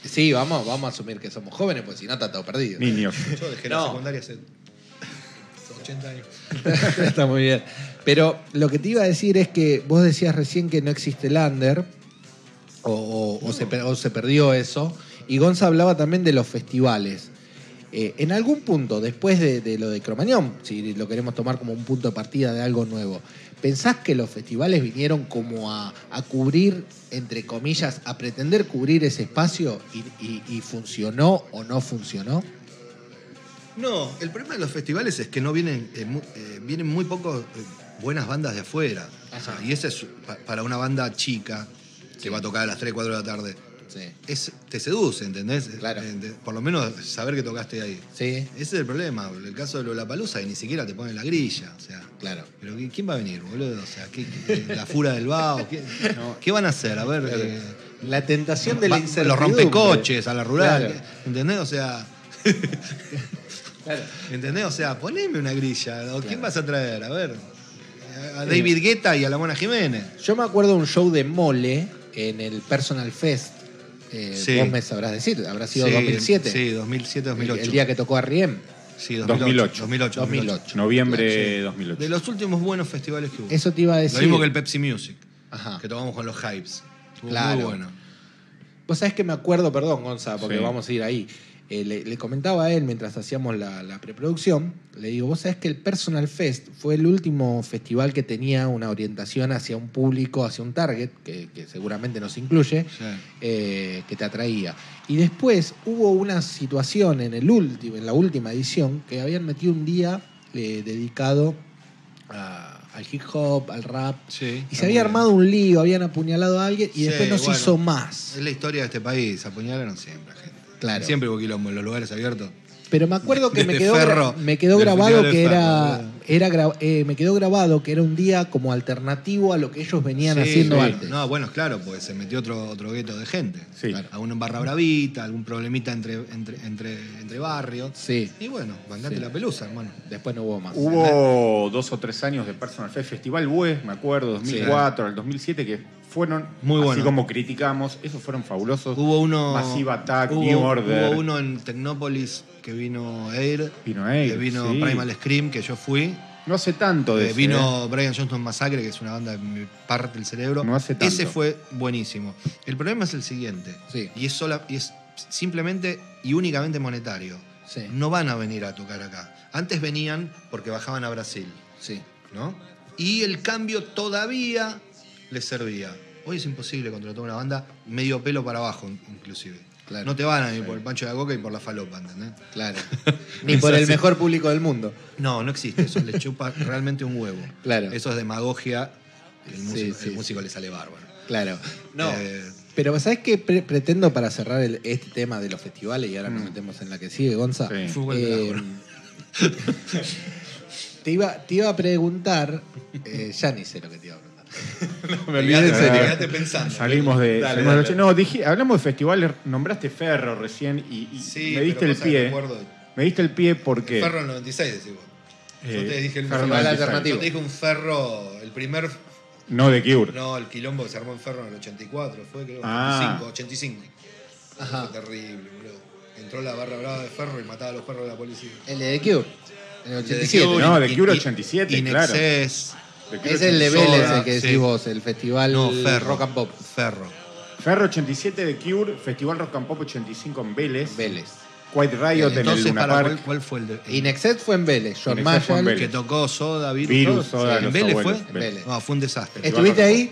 Speaker 2: Sí, vamos, vamos a asumir que somos jóvenes, porque si no está todo perdido.
Speaker 1: Niños.
Speaker 3: Yo dejé
Speaker 2: No.
Speaker 3: la secundaria hace 80 años.
Speaker 2: Está muy bien. Pero lo que te iba a decir es que vos decías recién que no existe el under, o, o- o se, per- o se perdió eso, y Gonza hablaba también de los festivales. Eh, en algún punto, después de, de lo de Cromañón, si lo queremos tomar como un punto de partida de algo nuevo, ¿pensás que los festivales vinieron como a, a cubrir, entre comillas, a pretender cubrir ese espacio y- y- y funcionó o no funcionó?
Speaker 3: No, el problema de los festivales es que no vienen, eh, mu- eh, vienen muy pocos eh, buenas bandas de afuera.
Speaker 2: Ajá.
Speaker 3: O sea, y ese es pa- para una banda chica que va a tocar a las 3, 4 de la tarde.
Speaker 2: Sí.
Speaker 3: Es, te seduce, ¿entendés?
Speaker 2: Claro.
Speaker 3: Eh, de- por lo menos saber que tocaste ahí.
Speaker 2: Sí,
Speaker 3: Ese es el problema. El caso de Lollapalooza que ni siquiera te ponen la grilla. O sea,
Speaker 2: claro.
Speaker 3: pero ¿qui- ¿quién va a venir, boludo? O sea, ¿qué- qué- la fura del vaho. ¿Qué, qué van a hacer? A ver. eh,
Speaker 2: La tentación de la
Speaker 3: va-
Speaker 2: incertidumbre.
Speaker 3: los rompecoches a la rural.
Speaker 2: Claro,
Speaker 3: ¿Entendés? O sea.
Speaker 2: claro.
Speaker 3: ¿Entendés? O sea, poneme una grilla. ¿O
Speaker 2: Claro. Eh.
Speaker 3: quién vas a traer? A ver. A David Guetta y a la Mona Jiménez.
Speaker 2: Yo me acuerdo de un show de Mole en el Personal Fest. Eh,
Speaker 3: Sí.
Speaker 2: Vos me sabrás decir, habrá sido
Speaker 3: Sí,
Speaker 2: 2007.
Speaker 3: Sí, 2007,
Speaker 2: El-
Speaker 3: 2008.
Speaker 2: El día que tocó E a Riem.
Speaker 3: Sí,
Speaker 1: 2008.
Speaker 3: 2008. 2008.
Speaker 2: 2008.
Speaker 1: Noviembre
Speaker 3: Sí.
Speaker 1: 2008.
Speaker 3: De los últimos buenos festivales que hubo.
Speaker 2: Eso te iba a decir.
Speaker 3: Lo mismo que el Pepsi Music,
Speaker 2: Ajá.
Speaker 3: que tomamos con los hypes. Estuvo
Speaker 2: Claro.
Speaker 3: Muy bueno.
Speaker 2: Vos sabés que me acuerdo, perdón, Gonza, porque
Speaker 1: Sí.
Speaker 2: vamos a ir ahí. Eh, le, le comentaba a él mientras hacíamos la, la preproducción, le digo, vos sabés que el Personal Fest fue el último festival que tenía una orientación hacia un público, hacia un target, que, que seguramente nos incluye, eh, que te atraía. Y después hubo una situación en, el último, en la última edición que habían metido un día eh, dedicado a- al hip hop, al rap.
Speaker 3: Sí.
Speaker 2: Y se había armado un lío, habían apuñalado a alguien y
Speaker 3: Sí,
Speaker 2: después no se
Speaker 3: bueno.
Speaker 2: hizo más.
Speaker 3: Es la historia de este país. Apuñalaron siempre, a gente.
Speaker 2: Claro.
Speaker 3: Siempre hubo quilombo en los lugares abiertos.
Speaker 2: Pero me acuerdo que me
Speaker 3: Desde
Speaker 2: quedó,
Speaker 3: Ferro,
Speaker 2: me quedó
Speaker 3: del
Speaker 2: grabado
Speaker 3: Festival de
Speaker 2: que
Speaker 3: Ferro,
Speaker 2: era,
Speaker 3: boludo.
Speaker 2: era gra- eh, me quedó grabado que era un día como alternativo a lo que ellos venían
Speaker 3: Sí,
Speaker 2: haciendo
Speaker 3: sí.
Speaker 2: antes.
Speaker 3: No, bueno, claro, porque se metió otro, otro gueto de gente.
Speaker 1: Sí.
Speaker 2: Claro.
Speaker 3: A un barra bravita, algún problemita entre, entre, entre, entre barrios.
Speaker 2: Sí,
Speaker 3: Y bueno, mandate
Speaker 2: Sí.
Speaker 3: la pelusa, hermano.
Speaker 2: después no hubo más.
Speaker 1: Hubo dos o tres años de Personal Fest Festival Web, me acuerdo, 2004 al 2007, que fueron,
Speaker 3: Muy
Speaker 1: así
Speaker 3: bueno.
Speaker 1: como criticamos, esos fueron fabulosos.
Speaker 3: Hubo uno.
Speaker 1: Massive Attack,
Speaker 3: hubo-
Speaker 1: New Order.
Speaker 3: Hubo uno en Tecnópolis que vino Air.
Speaker 1: Vino Air,
Speaker 3: Que vino
Speaker 1: sí.
Speaker 3: Primal Scream, que yo fui.
Speaker 1: No hace tanto de
Speaker 3: Eh,
Speaker 1: ese, ¿eh?
Speaker 3: vino Brian Johnston Massacre, que es una banda que me parte el cerebro.
Speaker 1: No hace tanto.
Speaker 3: Ese fue buenísimo. El problema es el siguiente.
Speaker 2: Sí.
Speaker 3: Y es, sola- y es simplemente y únicamente monetario.
Speaker 2: Sí,
Speaker 3: No van a venir a tocar acá. Antes venían porque bajaban a Brasil,
Speaker 2: sí.
Speaker 3: ¿no? Y el cambio todavía les servía. Hoy es imposible contratar una banda medio pelo para abajo, in- inclusive.
Speaker 2: Claro.
Speaker 3: No te van a ir por el pancho de la coca y por la falopa, ¿entendés?
Speaker 2: Claro. Ni por el mejor público del mundo.
Speaker 3: No, no existe eso. Le chupa realmente un huevo.
Speaker 2: Claro.
Speaker 3: Eso es demagogia. El
Speaker 2: Sí,
Speaker 3: músico,
Speaker 2: sí,
Speaker 3: el músico
Speaker 2: sí.
Speaker 3: le sale bárbaro.
Speaker 2: Claro. No.
Speaker 3: Eh,
Speaker 2: Pero ¿sabes qué pre- pretendo para cerrar el- este tema de los festivales y ahora nos metemos en la que sigue, Gonza?
Speaker 1: Sí.
Speaker 3: Fútbol
Speaker 2: Eh, te, iba, te iba a preguntar, eh, ya ni sé lo que te iba a preguntar.
Speaker 1: Me
Speaker 3: Quedate-
Speaker 1: olvidé, eh,
Speaker 3: quedate pensando.
Speaker 1: Salimos de.
Speaker 3: Dale,
Speaker 1: salimos de-
Speaker 3: dale.
Speaker 1: No, dije, hablamos de festivales, nombraste Ferro recién y, y
Speaker 3: Sí,
Speaker 1: me diste
Speaker 3: pero
Speaker 1: el
Speaker 3: pasa que
Speaker 1: pie.
Speaker 3: recuerdo-
Speaker 1: Me diste el pie porque.
Speaker 3: Ferro en 96, decís vos. Yo
Speaker 1: Eh,
Speaker 3: te dije el
Speaker 1: Ferro
Speaker 3: último-
Speaker 2: no, el
Speaker 3: Yo te dije un ferro, el primer.
Speaker 1: No de Cure.
Speaker 3: No, el quilombo que se armó en ferro en el 84, fue creo.
Speaker 1: Ah.
Speaker 3: 85, 85.
Speaker 2: Ajá.
Speaker 3: Fue terrible, boludo. Entró la barra brava de ferro y mataba a los perros de la policía.
Speaker 2: El de The Cure. En el
Speaker 3: De
Speaker 2: 87.
Speaker 1: Cure. No, de Cure 87,
Speaker 3: In
Speaker 1: claro.
Speaker 3: Excess.
Speaker 1: De Cure
Speaker 2: Es el de
Speaker 1: ochenta-
Speaker 3: Soda,
Speaker 2: Vélez el que decís
Speaker 3: sí.
Speaker 2: vos, el festival
Speaker 3: No, ferro.
Speaker 2: Rock and Pop.
Speaker 3: Ferro.
Speaker 1: Ferro 87 de Cure, Festival Rock and Pop 85 en Vélez.
Speaker 2: Vélez.
Speaker 1: White Riot en el
Speaker 3: Entonces,
Speaker 1: Luna
Speaker 3: para, ¿cuál,
Speaker 1: Park.
Speaker 3: cuál fue el de.? el
Speaker 2: Inexet fue en Vélez, John
Speaker 1: Inexcess fue en
Speaker 2: Marshall.
Speaker 1: Vélez.
Speaker 3: que tocó Soda, Virus.
Speaker 1: Virus,
Speaker 3: todo?
Speaker 1: Soda,
Speaker 3: Sí.
Speaker 1: los
Speaker 3: ¿En Vélez
Speaker 1: abuelos,
Speaker 3: fue?
Speaker 1: Vélez.
Speaker 2: Vélez.
Speaker 3: No, fue un desastre.
Speaker 2: ¿Estuviste ahí?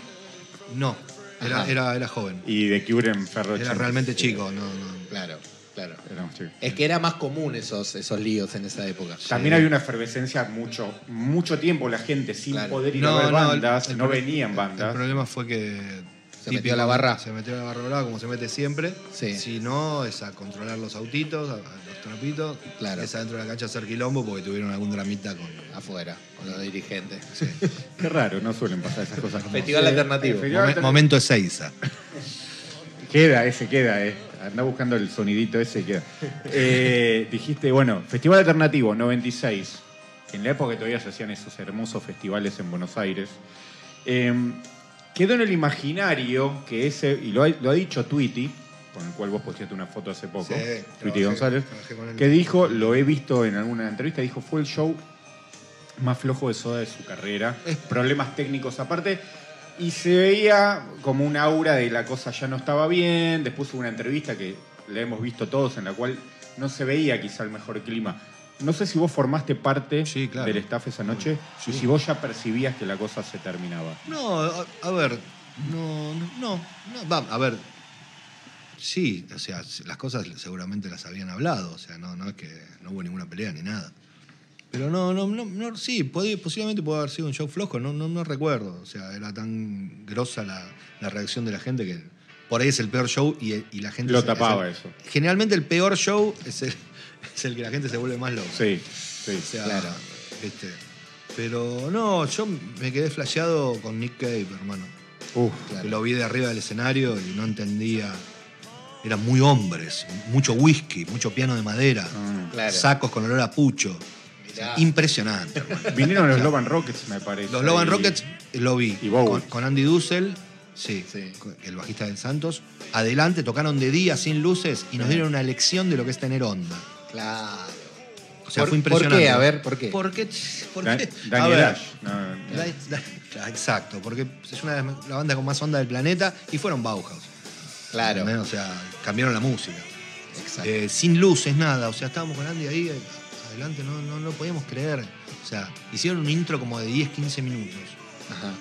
Speaker 3: No, era,
Speaker 2: Eh, Ajá.
Speaker 3: era, era joven.
Speaker 1: Y de Cure en Ferro 87.
Speaker 3: Era realmente chico. No, no.
Speaker 2: Claro, claro.
Speaker 1: Éramos chicos.
Speaker 2: Es que era más común esos, esos líos en esa época.
Speaker 1: También había una efervescencia mucho, mucho tiempo la gente sin
Speaker 2: Claro.
Speaker 1: poder ir
Speaker 3: No,
Speaker 1: a ver
Speaker 3: no, el-
Speaker 1: bandas,
Speaker 3: el
Speaker 1: no
Speaker 3: pro-
Speaker 1: venían
Speaker 3: El
Speaker 1: bandas.
Speaker 3: problema fue que.
Speaker 2: Se metió a la barra.
Speaker 3: Se metió a la barra brava como se mete siempre.
Speaker 2: Sí.
Speaker 3: Si no, es a controlar los autitos, a, a los trapitos.
Speaker 2: Claro.
Speaker 3: Es adentro de la cancha hacer quilombo porque tuvieron algún dramita con.
Speaker 2: Afuera, con los dirigentes.
Speaker 1: Qué raro, no suelen pasar esas cosas. como-
Speaker 2: Festival
Speaker 1: Eh,
Speaker 2: alternativo.
Speaker 1: festival
Speaker 3: Momen-
Speaker 1: alternativo.
Speaker 3: momento Ezeiza.
Speaker 1: Queda, ese queda, eh. Andá buscando el sonidito ese queda. Eh, dijiste, bueno, Festival Alternativo 96. En la época que todavía se hacían esos hermosos festivales en Buenos Aires. Eh, quedó en el imaginario que ese, y lo ha, lo ha dicho Tweety, con el cual vos posteaste una foto hace poco,
Speaker 3: Sí,
Speaker 1: Tweety
Speaker 3: trabajé-
Speaker 1: González,
Speaker 3: trabajé con él.
Speaker 1: que dijo, lo he visto en alguna entrevista, dijo, fue el show más flojo de soda de su carrera. Problemas técnicos aparte. Y se veía como un aura de la cosa ya no estaba bien. Después hubo una entrevista que la hemos visto todos en la cual no se veía quizá el mejor clima. No sé si vos formaste parte
Speaker 3: Sí, claro.
Speaker 1: del staff esa noche
Speaker 3: Sí.
Speaker 1: y si vos ya percibías que la cosa se terminaba.
Speaker 3: No, a, a ver, no, no, no, no, va, a ver. Sí, o sea, s- las cosas seguramente las habían hablado, o sea, no, no es que no hubo ninguna pelea ni nada. Pero no, no, no, no, sí, pod- posiblemente puede haber sido un show flojo, no, no, no recuerdo. O sea, era tan grosa la, la reacción de la gente que por ahí es el peor show y, y la gente...
Speaker 1: Lo
Speaker 3: se- es
Speaker 1: tapaba
Speaker 3: el-
Speaker 1: eso.
Speaker 3: Generalmente el peor show es el, es el que la gente se vuelve más loca.
Speaker 1: Sí, sí.
Speaker 3: O sea,
Speaker 2: Claro.
Speaker 3: este, pero no, yo me quedé flasheado con Nick Cave, hermano.
Speaker 1: Uf,
Speaker 3: Que lo vi de arriba del escenario y no entendía. Eran muy hombres, mucho whisky, mucho piano de madera,
Speaker 1: Mm.
Speaker 2: Ah, Claro.
Speaker 3: sacos con olor a pucho.
Speaker 2: Mirá.
Speaker 3: Impresionante, hermano.
Speaker 1: Vinieron los Loban Rockets, me parece.
Speaker 3: Los Loban
Speaker 1: Y-
Speaker 3: Rockets eh, lo vi.
Speaker 1: y Bowie.
Speaker 3: con, con Andy Dussel, sí,
Speaker 2: Sí.
Speaker 3: con el bajista del Santos. Adelante, tocaron de día sin luces
Speaker 2: Ah.
Speaker 3: y nos dieron una lección de lo que es tener onda.
Speaker 2: Claro.
Speaker 3: O sea,
Speaker 2: ¿Por-
Speaker 3: fue impresionante.
Speaker 2: ¿Por qué? A ver, ¿por qué?
Speaker 3: ¿Por qué? ¿Por
Speaker 1: Dan-
Speaker 3: qué? A
Speaker 1: Daniel
Speaker 3: ver,
Speaker 1: Ash. No, no.
Speaker 3: Da- da- claro, Exacto, porque es una de las- la banda con más onda del planeta y fueron Bauhaus.
Speaker 2: Claro.
Speaker 3: ¿entendés? O sea, cambiaron la música.
Speaker 2: Exacto.
Speaker 3: Eh, sin luces, nada. O sea, estábamos con Andy ahí eh, adelante, no, no, no lo podíamos creer. O sea, hicieron un intro como de 10, 15 minutos.
Speaker 2: Ajá.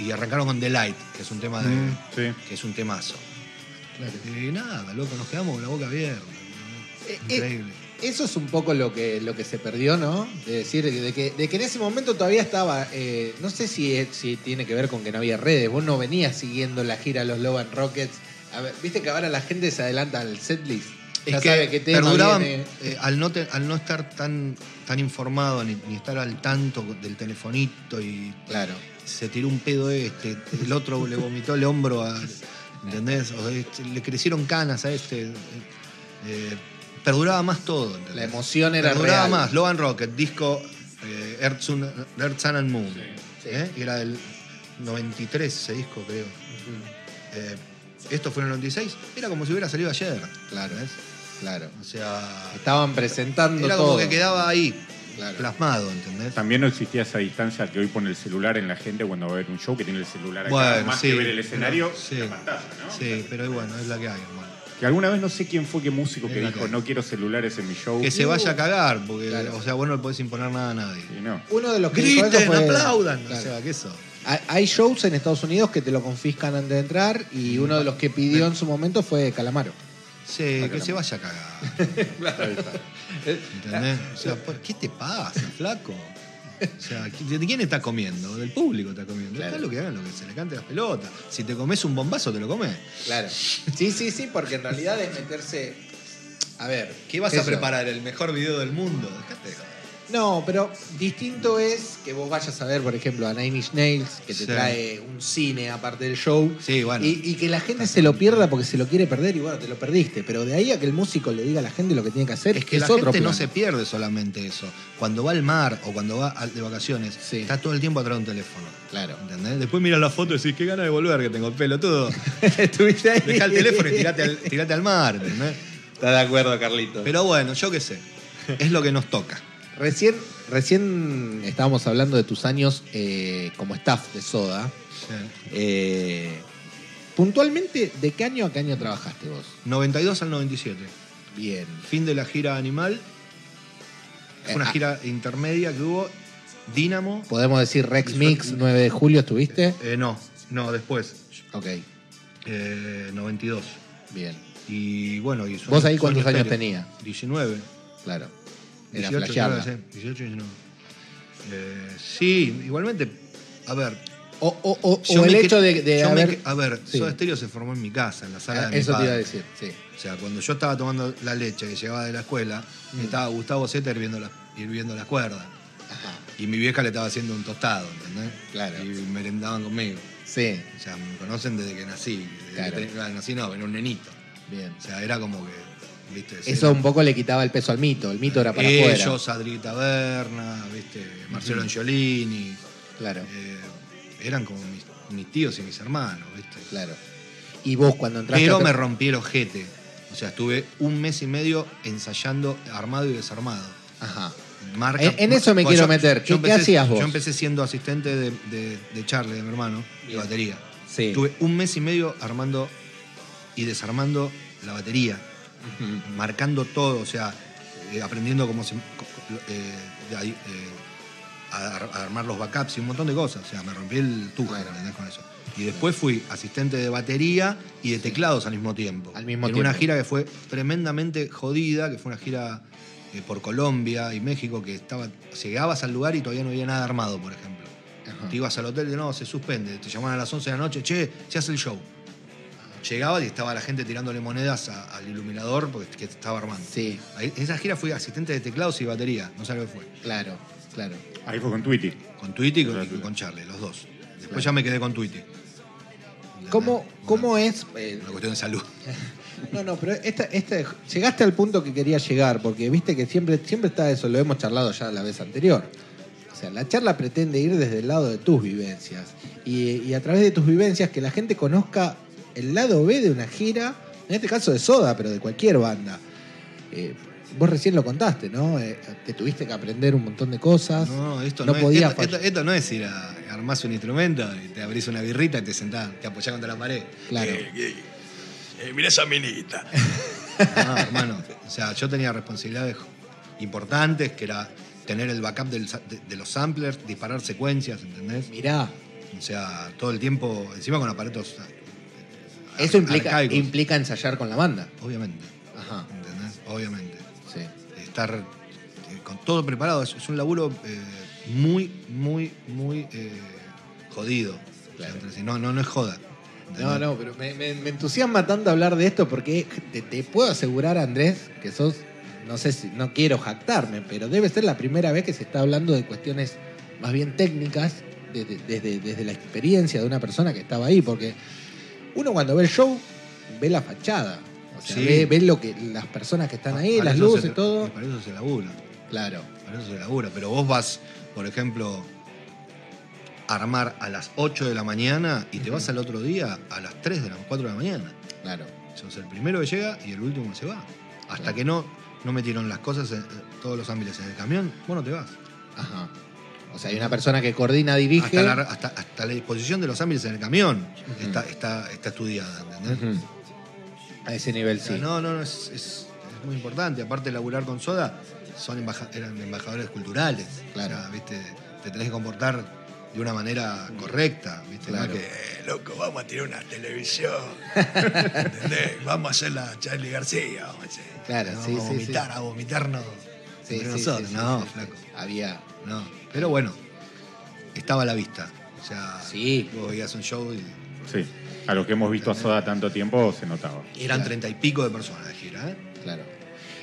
Speaker 3: Y arrancaron con The Light, que es un tema de.
Speaker 1: Mm, sí.
Speaker 3: que es un temazo. Y nada, loco, nos quedamos con la boca abierta. ¿no?
Speaker 2: Eh, eh,
Speaker 3: Increíble.
Speaker 2: Eso es un poco lo que, lo que se perdió, ¿no? De decir, de que, de que en ese momento todavía estaba. eh, no sé si, es- si tiene que ver con que no había redes. Vos no venías siguiendo la gira Los Loban Rockets. A ver, Viste que ahora la gente se adelanta al setlist. Ya
Speaker 3: Es que
Speaker 2: sabe qué tema
Speaker 3: perduraban,
Speaker 2: viene.
Speaker 3: eh, al, no te- al no estar tan, tan informado ni, ni estar al tanto del telefonito y
Speaker 2: Claro.
Speaker 3: se tiró un pedo este, el otro le vomitó el hombro a. ¿Entendés? O este, le crecieron canas a este. eh, perduraba más todo. ¿entendés?
Speaker 2: La emoción era
Speaker 3: Perduraba
Speaker 2: real.
Speaker 3: más. Love and Rocket, disco eh, Earth, Sun- Earth, Sun and Moon.
Speaker 2: Sí.
Speaker 3: ¿eh? Y Era del 93 ese disco, creo. Eh, esto fue en el 96. Era como si hubiera salido ayer.
Speaker 2: Claro,
Speaker 3: ¿entendés?
Speaker 2: claro.
Speaker 3: O sea.
Speaker 2: Estaban presentando
Speaker 3: Era
Speaker 2: todo.
Speaker 3: como que quedaba ahí,
Speaker 2: Claro.
Speaker 3: plasmado, ¿entendés?
Speaker 1: También no existía esa distancia que hoy pone el celular en la gente cuando va a ver un show que tiene el celular acá,
Speaker 3: Bueno,
Speaker 1: más
Speaker 3: sí,
Speaker 1: que ver el escenario,
Speaker 3: pero- sí.
Speaker 1: la pantalla, ¿no?
Speaker 3: Sí, pero bueno, es la que hay, hermano.
Speaker 1: Que alguna vez no sé quién fue qué músico que
Speaker 3: Es la
Speaker 1: dijo
Speaker 3: que-
Speaker 1: no quiero celulares en mi show.
Speaker 3: Que se vaya a cagar, porque,
Speaker 2: Claro.
Speaker 3: o sea, vos no le podés imponer nada a nadie.
Speaker 1: Y no.
Speaker 2: Uno de los que dijo eso
Speaker 3: Griten,
Speaker 2: fue-
Speaker 3: aplaudan.
Speaker 2: Claro.
Speaker 3: O sea, que eso.
Speaker 2: Hay- Hay shows
Speaker 3: Mm.
Speaker 2: en Estados Unidos que te lo confiscan antes de entrar y uno de los que pidió en su momento fue Calamaro.
Speaker 3: Sí,
Speaker 1: Acá
Speaker 3: que se
Speaker 1: también.
Speaker 3: vaya a cagar. Eh, ¿Entendés? O sea, ¿por ¿qué te pasa, flaco? O sea, ¿de quién está comiendo? Del público está comiendo.
Speaker 2: Claro.
Speaker 3: Está lo que hagan, lo que se le cante las pelotas. Si te comes un bombazo, te lo comes.
Speaker 2: Claro. Sí, sí, sí, porque en realidad es meterse. A ver.
Speaker 3: ¿Qué vas a
Speaker 2: eso.
Speaker 3: preparar? ¿El mejor video del mundo? Dejate de joder.
Speaker 2: No, pero distinto es que vos vayas a ver, por ejemplo, a Nine Inch Nails, que te
Speaker 3: Sí.
Speaker 2: trae un cine aparte del show.
Speaker 3: Sí, bueno.
Speaker 2: Y, y que la gente se lo pierda porque se lo quiere perder y bueno, te lo perdiste. Pero de ahí a que el músico le diga a la gente lo que tiene que hacer,
Speaker 3: Es que la
Speaker 2: otro
Speaker 3: gente no
Speaker 2: plan.
Speaker 3: se pierde solamente eso. Cuando va al mar o cuando va a- de vacaciones,
Speaker 2: Sí.
Speaker 3: está todo el tiempo atrás de un teléfono.
Speaker 2: Claro.
Speaker 3: ¿Entendés? Después mira la foto y decís, qué ganas de volver que tengo el pelo todo.
Speaker 2: Estuviste ahí.
Speaker 3: Deja el teléfono y tirate al, tirate al mar, ¿entendés?
Speaker 2: Está de acuerdo, Carlito.
Speaker 3: Pero bueno, yo qué sé. Es lo que nos toca.
Speaker 2: Recién, recién estábamos hablando de tus años eh, como staff de Soda. Eh, puntualmente, ¿de qué año a qué año trabajaste vos?
Speaker 3: 92 al 97.
Speaker 2: Bien.
Speaker 3: Fin de la gira Animal. Fue
Speaker 2: Eh,
Speaker 3: una
Speaker 2: ah.
Speaker 3: gira intermedia que hubo. Dínamo.
Speaker 2: Podemos decir Rex Mix, 9 de julio estuviste.
Speaker 3: Eh, no, no, después.
Speaker 2: Ok,
Speaker 3: Eh, 92.
Speaker 2: bien,
Speaker 3: Y bueno, y Sueño-
Speaker 2: ¿Vos ahí cuántos
Speaker 3: Sueño
Speaker 2: años
Speaker 3: Estéreo.
Speaker 2: tenías?
Speaker 3: 19.
Speaker 2: claro. Era
Speaker 3: 18,
Speaker 2: flashearla.
Speaker 3: 19, sí, 18, 19. Eh, sí, igualmente. A ver.
Speaker 2: O, o- o-
Speaker 3: yo
Speaker 2: o el
Speaker 3: me
Speaker 2: hecho
Speaker 3: que-
Speaker 2: de, de
Speaker 3: yo me
Speaker 2: haber.
Speaker 3: que- a ver,
Speaker 2: Sí.
Speaker 3: Soda Stereo se formó en mi casa, en la sala
Speaker 2: Ah,
Speaker 3: de mi
Speaker 2: Eso te
Speaker 3: padre.
Speaker 2: iba a decir, sí.
Speaker 3: O sea, cuando yo estaba tomando la leche que llegaba de la escuela,
Speaker 2: Mm.
Speaker 3: estaba Gustavo Zeta hirviendo la, hirviendo la cuerda.
Speaker 2: Ajá,
Speaker 3: Y mi vieja le estaba haciendo un tostado, ¿entendés?
Speaker 2: Claro.
Speaker 3: Y merendaban conmigo.
Speaker 2: Sí,
Speaker 3: O sea, me conocen desde que nací. Desde que
Speaker 2: Claro.
Speaker 3: ten- nací no, era un nenito.
Speaker 2: bien.
Speaker 3: O sea, era como que, viste,
Speaker 2: Eso
Speaker 3: era-
Speaker 2: un poco le quitaba el peso al mito. El mito era para
Speaker 3: Eh,
Speaker 2: afuera.
Speaker 3: Ellos, Adri Taberna, viste, Marcelo Angiolini.
Speaker 2: Claro,
Speaker 3: eh, eran como mis, mis tíos y mis hermanos, viste.
Speaker 2: claro. Y vos cuando entraste.
Speaker 3: Pero
Speaker 2: a-
Speaker 3: me rompí el ojete. O sea, estuve un mes y medio ensayando armado y desarmado.
Speaker 2: Ajá.
Speaker 3: Marca-
Speaker 2: En- en eso me
Speaker 3: Bueno,
Speaker 2: quiero meter. ¿Qué- qué hacías vos?
Speaker 3: Yo empecé siendo asistente de, de, de Charlie, de mi hermano, de
Speaker 2: Bien.
Speaker 3: batería.
Speaker 2: Sí.
Speaker 3: Estuve un mes y medio armando y desarmando la batería,
Speaker 2: Ujú.
Speaker 3: marcando todo, o sea, eh, aprendiendo cómo se, co- co- eh, de ahí, eh, a, ar- a armar los backups y un montón de cosas. O sea, me rompí el tuja
Speaker 2: Claro.
Speaker 3: ¿entendés? con eso. Y después fui asistente de batería y de teclados al mismo tiempo.
Speaker 2: Al mismo
Speaker 3: en una
Speaker 2: tiempo.
Speaker 3: gira que fue tremendamente jodida, que fue una gira eh, por Colombia y México, que estaba, llegabas al lugar y todavía no había nada armado, por ejemplo.
Speaker 2: Ajá.
Speaker 3: Te ibas al hotel de no, se suspende. Te llamaban a las 11 de la noche, che, se hace el show. Llegaba y estaba la gente tirándole monedas a- al iluminador porque que estaba armando.
Speaker 2: Sí,
Speaker 3: Ahí- en esa gira fui asistente de teclados y batería, no sé lo que fue.
Speaker 2: claro, claro.
Speaker 1: Ahí fue con Twitty.
Speaker 3: Con Twitty y con,
Speaker 1: Claro.
Speaker 3: y con Charlie, los dos. Después
Speaker 2: Claro.
Speaker 3: ya me quedé con Twitty.
Speaker 2: ¿Cómo,
Speaker 3: Una-
Speaker 2: cómo es? eh,
Speaker 3: Una cuestión de salud.
Speaker 2: No, no, pero esta, esta, llegaste al punto que quería llegar, porque viste que siempre, siempre está eso, lo hemos charlado ya la vez anterior. O sea, la charla pretende ir desde el lado de tus vivencias. Y, y a través de tus vivencias que la gente conozca el lado B de una gira, en este caso de Soda, pero de cualquier banda. Eh, vos recién lo contaste, ¿no? Eh, te tuviste que aprender un montón de cosas.
Speaker 3: No, esto
Speaker 2: Ah, No
Speaker 3: no,
Speaker 2: podía
Speaker 3: es, esto-
Speaker 2: fallar.
Speaker 3: esto, esto no es ir a armar un instrumento y te abrís una birrita y te sentás, te apoyás contra la pared.
Speaker 2: Claro.
Speaker 3: eh,
Speaker 4: mira Eh, esa minita.
Speaker 3: No, hermano. O sea, yo tenía responsabilidades importantes, que era tener el backup del sa- de, de los samplers, disparar secuencias, ¿entendés?
Speaker 2: Mirá,
Speaker 3: O sea, todo el tiempo, encima con aparatos. ar-
Speaker 2: eso implica,
Speaker 3: arcaicos.
Speaker 2: implica ensayar con la banda.
Speaker 3: Obviamente,
Speaker 2: Ajá,
Speaker 3: ¿entendés? Obviamente.
Speaker 2: sí.
Speaker 3: Estar eh, con todo preparado es, es un laburo eh, muy, muy, muy eh, jodido. O sea,
Speaker 2: Claro.
Speaker 3: ¿entendés? no, no, no es joda.
Speaker 2: No,
Speaker 3: ¿entendés?
Speaker 2: no, pero me, me- me entusiasma tanto hablar de esto porque te, te puedo asegurar, Andrés, que sos, no sé si, no quiero jactarme, pero debe ser la primera vez que se está hablando de cuestiones más bien técnicas desde, desde- desde la experiencia de una persona que estaba ahí, porque uno cuando ve el show ve la fachada, o sea,
Speaker 3: Sí.
Speaker 2: ve, ve lo que las personas que están ahí,
Speaker 3: Para
Speaker 2: las
Speaker 3: eso
Speaker 2: luces,
Speaker 3: se-
Speaker 2: todo.
Speaker 3: Para eso se labura.
Speaker 2: Claro,
Speaker 3: Para eso se labura. Pero vos vas, por ejemplo, a armar a las 8 de la mañana y te vas al otro día a las 3 de la 4 de la mañana.
Speaker 2: claro.
Speaker 3: Sos el primero que llega y el último que se va. Hasta
Speaker 2: Claro.
Speaker 3: que no, no metieron las cosas en eh, todos los ámbiles en el camión, vos no te vas.
Speaker 2: Ajá. O sea, hay una persona que coordina, dirige.
Speaker 3: Hasta la, hasta, hasta la disposición de los ámbiles en el camión
Speaker 2: Ujú.
Speaker 3: está, está, está estudiada, ¿entendés?
Speaker 2: Ujú. A ese nivel
Speaker 3: O sea,
Speaker 2: sí.
Speaker 3: No, no, no, es, es- es muy importante. Aparte de laburar con Soda, son embaja- eran embajadores culturales.
Speaker 2: Claro.
Speaker 3: O sea, viste, te tenés que comportar de una manera correcta, ¿viste? No
Speaker 2: Claro.
Speaker 3: que,
Speaker 4: Eh, loco, vamos a tirar una televisión. ¿Entendés? Vamos a hacer la Charlie García. Vamos a hacer.
Speaker 2: Claro,
Speaker 3: no,
Speaker 2: sí,
Speaker 3: vamos a
Speaker 2: sí, sí.
Speaker 3: vomitar, a vomitarnos.
Speaker 2: Sí,
Speaker 3: entre
Speaker 2: sí,
Speaker 3: nosotros.
Speaker 2: sí, sí,
Speaker 3: no,
Speaker 2: sí, sí.
Speaker 3: flaco.
Speaker 2: Había.
Speaker 3: No. Pero bueno, estaba a la vista. O sea,
Speaker 2: Sí.
Speaker 3: vos veías un show y
Speaker 1: Sí. A los que hemos visto a Soda tanto tiempo se notaba.
Speaker 3: eran
Speaker 2: Claro.
Speaker 3: treinta y pico de personas de gira, ¿eh?
Speaker 2: Claro.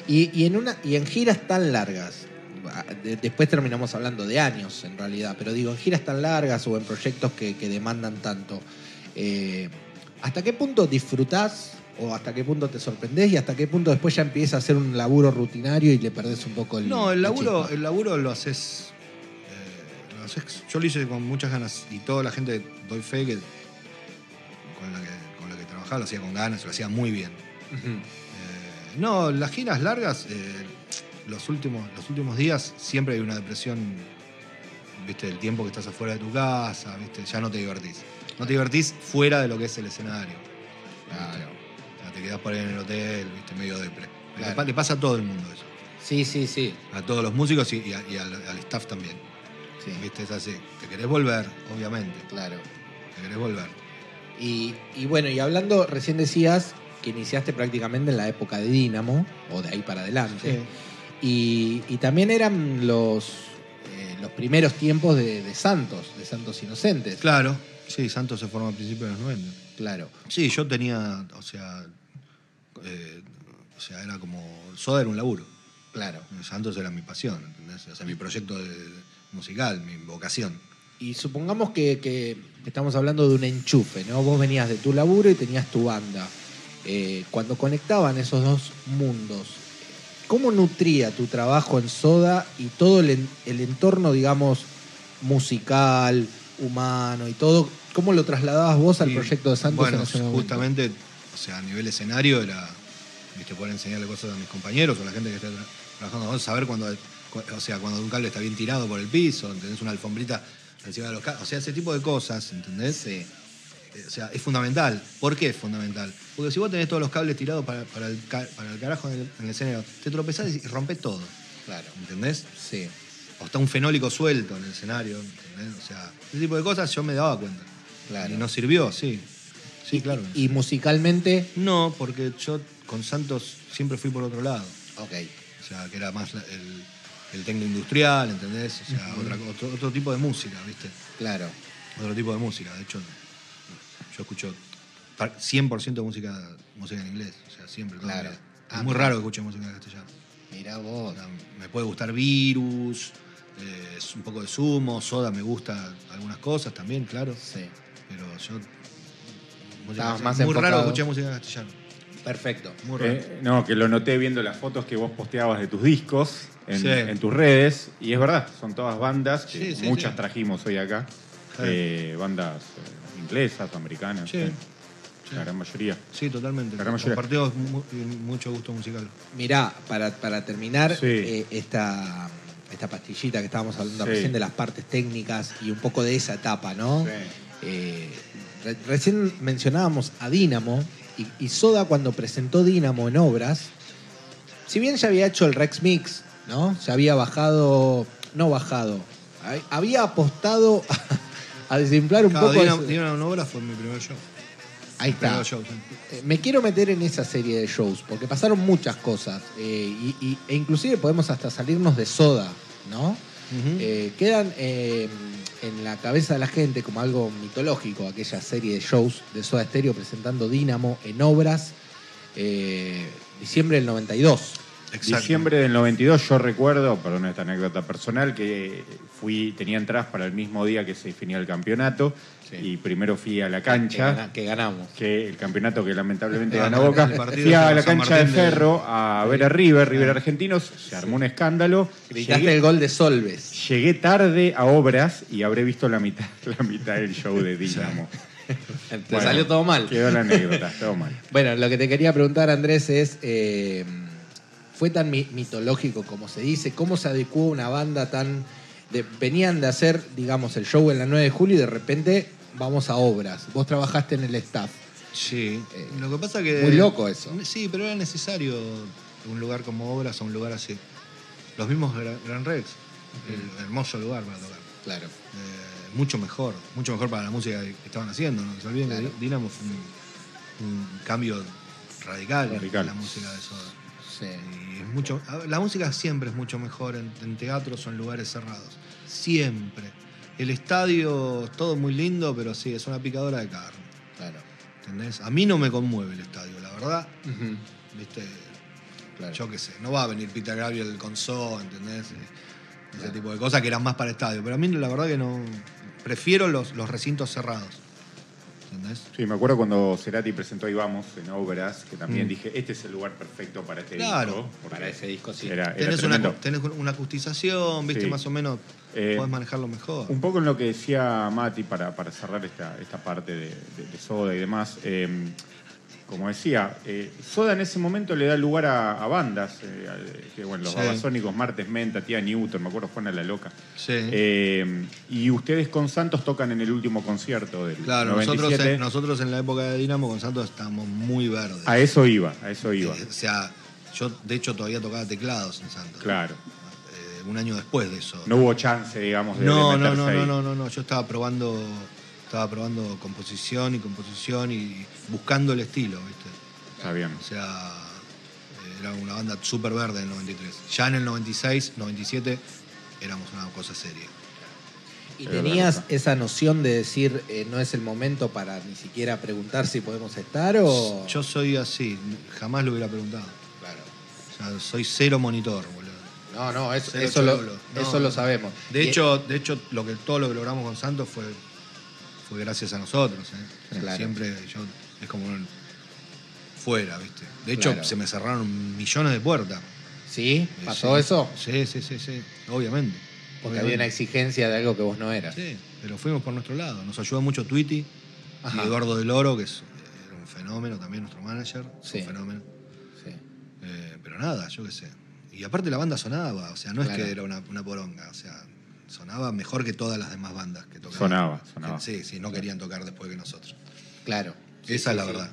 Speaker 2: Y, y en una, y en giras tan largas, a- de- después terminamos hablando de años en realidad, pero digo, en giras tan largas o en proyectos que, que demandan tanto, eh, ¿hasta qué punto disfrutás o hasta qué punto te sorprendés y hasta qué punto después ya empieza a hacer un laburo rutinario y le perdés un poco el...
Speaker 3: No, el
Speaker 2: la
Speaker 3: laburo,
Speaker 2: chispa?
Speaker 3: el laburo lo haces. eh, lo haces- Yo lo hice con muchas ganas y toda la gente doy fe que con la que, con la que trabajaba lo hacía con ganas, lo hacía muy bien. Eh, no, las giras largas, eh, los, últimos, los últimos días siempre hay una depresión, viste, el tiempo que estás afuera de tu casa, viste, ya no te divertís. No te divertís fuera de lo que es el escenario.
Speaker 2: Claro.
Speaker 3: O sea, te quedás por ahí en el hotel, viste, medio depre. Pero
Speaker 2: Claro.
Speaker 3: pa- Le pasa a todo el mundo eso.
Speaker 2: Sí, sí, sí.
Speaker 3: A todos los músicos y, y a- y al, al staff también.
Speaker 2: sí,
Speaker 3: Viste, es así. Te querés volver, obviamente.
Speaker 2: Claro.
Speaker 3: Te querés volver.
Speaker 2: Y, y bueno, y hablando, recién decías que iniciaste prácticamente en la época de Dínamo, o de ahí para adelante. Y, y también eran los, eh, los primeros tiempos de, de Santos, de Santos Inocentes.
Speaker 3: Claro. Sí, Santos se forma a principios de los 90.
Speaker 2: Claro.
Speaker 3: Sí, yo tenía, o sea, eh, o sea, era como, Soda era un laburo.
Speaker 2: claro.
Speaker 3: Santos era mi pasión, ¿entendés? O sea, mi proyecto de- musical, mi vocación.
Speaker 2: Y supongamos que, que estamos hablando de un enchufe, ¿no? Vos venías de tu laburo y tenías tu banda. Eh, cuando conectaban esos dos mundos, ¿cómo nutría tu trabajo en Soda y todo el, en- el entorno, digamos, musical, humano y todo? ¿Cómo lo trasladabas vos al
Speaker 3: Y,
Speaker 2: proyecto de Santos
Speaker 3: Bueno,
Speaker 2: en ese momento?
Speaker 3: justamente, o sea, a nivel escenario era, viste, poder enseñarle cosas a mis compañeros o a la gente que está tra- trabajando con vos, saber cuando, cu- o sea, cuando un cable está bien tirado por el piso, tenés una alfombrita encima de los cables, o sea, ese tipo de cosas, ¿entendés?
Speaker 2: Sí.
Speaker 3: Eh, O sea, es fundamental. ¿Por qué es fundamental? Porque si vos tenés todos los cables tirados para, para el, ca- para el carajo en el, en el escenario, te tropezás y rompes todo,
Speaker 2: Claro.
Speaker 3: ¿entendés?
Speaker 2: Sí.
Speaker 3: o está un fenólico suelto en el escenario, ¿entendés? O sea, ese tipo de cosas yo me daba cuenta.
Speaker 2: Claro.
Speaker 3: Y nos sirvió, sí. Sí,
Speaker 2: Y-
Speaker 3: claro.
Speaker 2: Y, musicalmente,
Speaker 3: No, porque yo con Santos siempre fui por otro lado.
Speaker 2: ok.
Speaker 3: O sea, que era más la- el, el tecno industrial, ¿entendés? O sea, otra- otro, otro tipo de música, ¿viste?
Speaker 2: Claro.
Speaker 3: Otro tipo de música. De hecho, yo escucho par- 100% música, música en inglés. O sea, siempre. todo el
Speaker 2: Claro.
Speaker 3: día. Es
Speaker 2: Ah,
Speaker 3: muy
Speaker 2: mirá.
Speaker 3: raro que escuche música en castellano.
Speaker 2: Mirá vos.
Speaker 3: O sea, me puede gustar virus, eh, un poco de zumo, soda me gusta algunas cosas también, claro.
Speaker 2: Sí.
Speaker 3: Pero yo.
Speaker 2: Estabas
Speaker 3: música-
Speaker 2: más
Speaker 3: muy
Speaker 2: enfocado.
Speaker 3: raro escuchar música en castellano.
Speaker 2: Perfecto.
Speaker 3: Muy raro.
Speaker 1: Eh, no, que lo noté viendo las fotos que vos posteabas de tus discos en,
Speaker 3: Sí.
Speaker 1: en tus redes. Y es verdad, son todas bandas, que
Speaker 3: Sí, sí,
Speaker 1: muchas
Speaker 3: sí.
Speaker 1: trajimos hoy acá.
Speaker 3: Sí.
Speaker 1: Eh, bandas eh, inglesas, americanas,
Speaker 3: Sí,
Speaker 1: sí. la gran mayoría.
Speaker 3: sí, totalmente.
Speaker 1: La gran mayoría.
Speaker 3: Compartimos mu- mucho gusto musical.
Speaker 2: Mirá, para, para terminar
Speaker 1: Sí.
Speaker 2: eh, esta, esta pastillita que estábamos hablando
Speaker 1: Sí.
Speaker 2: recién de las partes técnicas y un poco de esa etapa, ¿no?
Speaker 1: Sí.
Speaker 2: Eh, re- recién mencionábamos a Dínamo y, y Soda cuando presentó Dínamo en obras, si bien ya había hecho el Rex Mix, ¿no? Ya había bajado, no bajado, hay- había apostado a, desimplar un
Speaker 3: Claro,
Speaker 2: poco...
Speaker 3: Dina,
Speaker 2: ese-
Speaker 3: Dina Novela fue mi primer show.
Speaker 2: ahí
Speaker 3: Mi primer
Speaker 2: está.
Speaker 3: show, sí.
Speaker 2: Eh, Me quiero meter en esa serie de shows, porque pasaron muchas cosas. eh, y, y- e inclusive podemos hasta salirnos de soda, ¿no?
Speaker 3: Ujú.
Speaker 2: Eh, quedan eh, en la cabeza de la gente como algo mitológico aquella serie de shows de Soda Stereo presentando Dínamo en obras, eh, diciembre del 92.
Speaker 3: Exacto.
Speaker 1: Diciembre del 92, yo recuerdo, perdón esta anécdota personal, que fui, tenía entradas para el mismo día que se definía el campeonato.
Speaker 2: Sí.
Speaker 1: Y primero fui a la
Speaker 2: Que,
Speaker 1: cancha.
Speaker 2: gana- que ganamos.
Speaker 1: que el campeonato que lamentablemente
Speaker 3: Ah,
Speaker 1: gana
Speaker 3: el
Speaker 1: Boca,
Speaker 3: partido
Speaker 1: fui a
Speaker 3: de
Speaker 1: la
Speaker 3: San
Speaker 1: cancha de
Speaker 3: Martín de-
Speaker 1: Ferro a ver a River, River Argentinos, se armó un escándalo,
Speaker 2: Gritaste
Speaker 1: llegué,
Speaker 2: el gol de Solves.
Speaker 1: llegué tarde a obras y habré visto la mitad, la mitad del show de Dinamo.
Speaker 2: Te
Speaker 1: Bueno,
Speaker 2: salió todo mal.
Speaker 1: Quedó la anécdota, todo mal.
Speaker 2: Bueno, lo que te quería preguntar, Andrés, es. eh, ¿Fue tan mi- mitológico como se dice? ¿Cómo se adecuó una banda tan. de- venían de hacer, digamos, el show en la 9 de julio y de repente vamos a obras. Vos trabajaste en el staff.
Speaker 3: Sí.
Speaker 2: Eh,
Speaker 3: Lo que pasa que.
Speaker 2: muy loco eso.
Speaker 3: Sí, pero era necesario un lugar como Obras o un lugar así. Los mismos Gran, Gran Rex. el hermoso lugar para tocar.
Speaker 2: Claro.
Speaker 3: Eh, mucho mejor, mucho mejor para la música que estaban haciendo. No se olviden que
Speaker 2: Claro.
Speaker 3: Di- Dynamo fue un, un cambio radical,
Speaker 1: Radical.
Speaker 3: en la música de Soda.
Speaker 2: Sí.
Speaker 3: Y es mucho, a ver, la música siempre es mucho mejor en, en teatros o en lugares cerrados. Siempre. El estadio, todo muy lindo, pero sí, es una picadora de carne.
Speaker 2: Claro.
Speaker 3: ¿Entendés? A mí no me conmueve el estadio, la verdad.
Speaker 2: Ujú,
Speaker 3: ¿Viste?
Speaker 2: claro.
Speaker 3: Yo qué sé. No va a venir Peter Gabriel con So, ¿entendés? Eh, Ese tipo de cosas que eran más para estadio. Pero a mí la verdad que no. Prefiero los, los recintos cerrados. ¿Entendés?
Speaker 1: Sí, me acuerdo cuando Cerati presentó Ahí Vamos en Obras, que también
Speaker 3: Mm.
Speaker 1: dije, este es el lugar perfecto para este
Speaker 3: Claro,
Speaker 1: disco. porque
Speaker 2: para ese disco sí.
Speaker 1: Era, era
Speaker 3: Tenés una,
Speaker 1: tremendo.
Speaker 3: tenés una acustización, ¿viste?
Speaker 1: Sí.
Speaker 3: Más o menos
Speaker 1: Eh,
Speaker 3: podés manejarlo mejor.
Speaker 1: Un poco en lo que decía Mati para, para cerrar esta, esta parte de, de- de Soda y demás. eh, como decía, eh, Soda en ese momento le da lugar a, a bandas, eh, al- que bueno, los
Speaker 3: Sí.
Speaker 1: babasónicos, Martes Menta, Tía Newton, me acuerdo Juana la Loca.
Speaker 3: Sí.
Speaker 1: Eh, y ustedes con Santos tocan en el último concierto del
Speaker 3: Claro,
Speaker 1: 97.
Speaker 3: nosotros eh, en, nosotros en la época de Dinamo con Santos estábamos muy verdes.
Speaker 1: A eso iba, a eso iba.
Speaker 3: Eh, o sea, yo de hecho todavía tocaba teclados en Santos.
Speaker 1: Claro.
Speaker 3: Eh, un año después de eso.
Speaker 1: No hubo chance, digamos, de
Speaker 3: no,
Speaker 1: de
Speaker 3: no,
Speaker 1: meterse
Speaker 3: no, no,
Speaker 1: ahí.
Speaker 3: no, no, no. Yo estaba probando, estaba probando composición y composición y buscando el estilo, ¿viste?
Speaker 1: Está bien.
Speaker 3: O sea, eh, era una banda súper verde en el 93. Ya en el 96, 97 éramos una cosa seria.
Speaker 2: Y
Speaker 1: Era la
Speaker 2: tenías
Speaker 1: época.
Speaker 2: esa noción de decir, eh, no es el momento para ni siquiera preguntar si podemos estar o...
Speaker 3: Yo soy así, jamás lo hubiera preguntado.
Speaker 2: Claro.
Speaker 3: O sea, soy cero monitor, boludo.
Speaker 2: No, no, eso,
Speaker 3: Cero
Speaker 2: eso, lo,
Speaker 3: chocolo. No.
Speaker 2: eso lo sabemos.
Speaker 3: De
Speaker 2: Y-
Speaker 3: hecho, de hecho lo que, todo lo que logramos con Santos fue, fue gracias a nosotros. ¿eh?
Speaker 2: Claro.
Speaker 3: Siempre yo es como un- fuera, ¿viste? De hecho,
Speaker 2: Claro.
Speaker 3: se me cerraron millones de puertas.
Speaker 2: ¿Sí?
Speaker 3: Eh,
Speaker 2: ¿Pasó
Speaker 3: sí.
Speaker 2: eso?
Speaker 3: Sí, sí, sí, sí, obviamente.
Speaker 2: Porque había una
Speaker 3: Obviamente.
Speaker 2: exigencia de algo que vos no eras.
Speaker 3: Sí, pero fuimos por nuestro lado. Nos ayudó mucho Twitty y
Speaker 2: Ajá.
Speaker 3: Eduardo del Oro, que es eh, era un fenómeno también, nuestro manager. es
Speaker 2: Sí.
Speaker 3: Un fenómeno.
Speaker 2: Sí.
Speaker 3: Eh, pero nada, yo qué sé. Y aparte la banda sonaba, o sea, no
Speaker 2: Claro.
Speaker 3: es que era una, una poronga, o sea, sonaba mejor que todas las demás bandas que tocaban.
Speaker 1: Sonaba, sonaba.
Speaker 3: Sí, sí, no querían tocar después que nosotros.
Speaker 2: Claro. Sí, sí,
Speaker 3: Esa es la
Speaker 2: sí.
Speaker 3: verdad.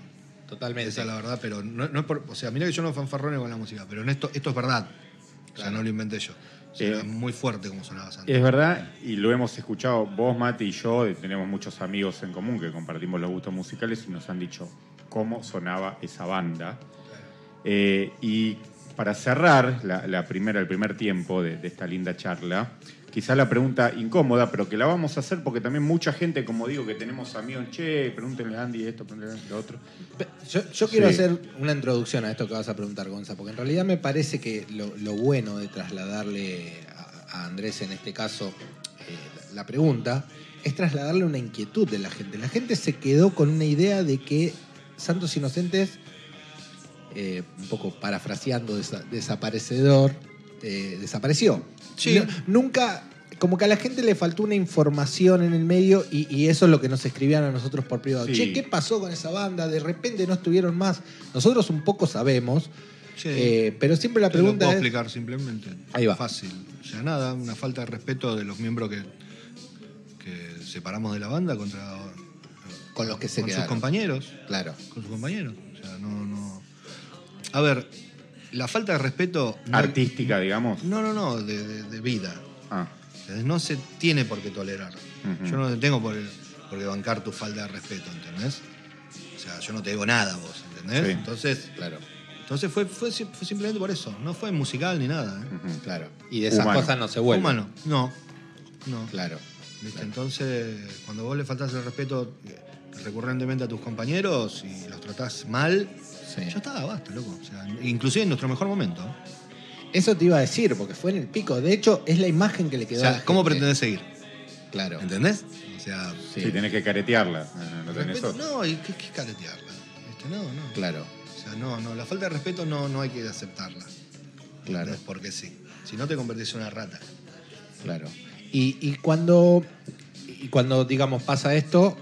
Speaker 2: Totalmente.
Speaker 3: Esa es la verdad, pero no, no es por. O sea, mira que yo no fanfarroneo con la música, pero en esto, esto es verdad. O sea,
Speaker 2: Claro.
Speaker 3: no lo inventé yo. O sea,
Speaker 1: Eh,
Speaker 3: era muy fuerte como sonaba Sandra.
Speaker 2: eh,
Speaker 1: Es verdad, y lo hemos escuchado vos, Mati y yo, de- tenemos muchos amigos en común que compartimos los gustos musicales y nos han dicho cómo sonaba esa banda. Eh, y para cerrar la, la primera, el primer tiempo de, de esta linda charla, quizá la pregunta incómoda, pero que la vamos a hacer porque también mucha gente, como digo, que tenemos amigos, che, pregúntenle a Andy esto, pregúntenle a Andy lo otro.
Speaker 2: Yo, yo quiero
Speaker 1: Sí.
Speaker 2: hacer una introducción a esto que vas a preguntar, Gonza, porque en realidad me parece que lo, lo bueno de trasladarle a, a Andrés, en este caso, eh, la pregunta, es trasladarle una inquietud de la gente. La gente se quedó con una idea de que Santos Inocentes, eh, un poco parafraseando, desa- desaparecedor, eh, desapareció.
Speaker 3: Sí.
Speaker 2: No- nunca... Como que a la gente le faltó una información en el medio y, y eso es lo que nos escribían a nosotros por privado.
Speaker 1: Sí.
Speaker 2: Che, ¿qué pasó con esa banda? De repente no estuvieron más. Nosotros un poco sabemos,
Speaker 3: Sí.
Speaker 2: eh, pero siempre la
Speaker 3: Te lo
Speaker 2: pregunta
Speaker 3: puedo
Speaker 2: es...
Speaker 3: explicar simplemente.
Speaker 2: Ahí va.
Speaker 3: Fácil. O sea, nada, una falta de respeto de los miembros que, que separamos de la banda contra.
Speaker 2: Con los que se
Speaker 3: Con sus
Speaker 2: quedaron.
Speaker 3: compañeros.
Speaker 2: Claro,
Speaker 3: Con sus compañeros. O sea, no, no. A ver, la falta de respeto. no-
Speaker 1: Artística, digamos.
Speaker 3: No, no, no, de, de- de vida.
Speaker 1: Ah,
Speaker 3: ¿Entendés? No se tiene por qué tolerar.
Speaker 1: Ujú.
Speaker 3: Yo no tengo por, por qué bancar tu falta de respeto, ¿entendés? O sea, yo no te digo nada a vos, ¿entendés?
Speaker 1: Sí.
Speaker 3: Entonces,
Speaker 2: claro,
Speaker 3: entonces fue, fue, si- fue simplemente por eso. No fue musical ni nada. ¿eh?
Speaker 1: ujú.
Speaker 2: claro. Y de esas
Speaker 1: Humano.
Speaker 2: cosas no se vuelve.
Speaker 3: Humano, no. No.
Speaker 2: Claro.
Speaker 3: ¿Viste?
Speaker 2: claro.
Speaker 3: Entonces, cuando vos le faltás el respeto eh, recurrentemente a tus compañeros y los tratás mal,
Speaker 2: Sí.
Speaker 3: ya está, basta, loco. O sea, inclusive en nuestro mejor momento. ¿eh?
Speaker 2: Eso te iba a decir, porque fue en el pico. De hecho, es la imagen que le
Speaker 3: O
Speaker 2: quedó a la
Speaker 3: sea, ¿cómo
Speaker 2: gente.
Speaker 3: pretendés seguir?
Speaker 2: Claro.
Speaker 3: ¿Entendés? O sea,
Speaker 2: Sí,
Speaker 1: Sí, tenés que caretearla. No, no, no tenés
Speaker 3: respeto-
Speaker 1: otra.
Speaker 3: no, y qué, qué caretearla. ¿Viste? No, no.
Speaker 2: Claro,
Speaker 3: O sea, no, no, la falta de respeto no, no hay que aceptarla.
Speaker 2: Claro.
Speaker 3: No es porque sí. Si no te convertís en una rata.
Speaker 2: claro. Y, y cuando, y cuando, digamos, pasa esto,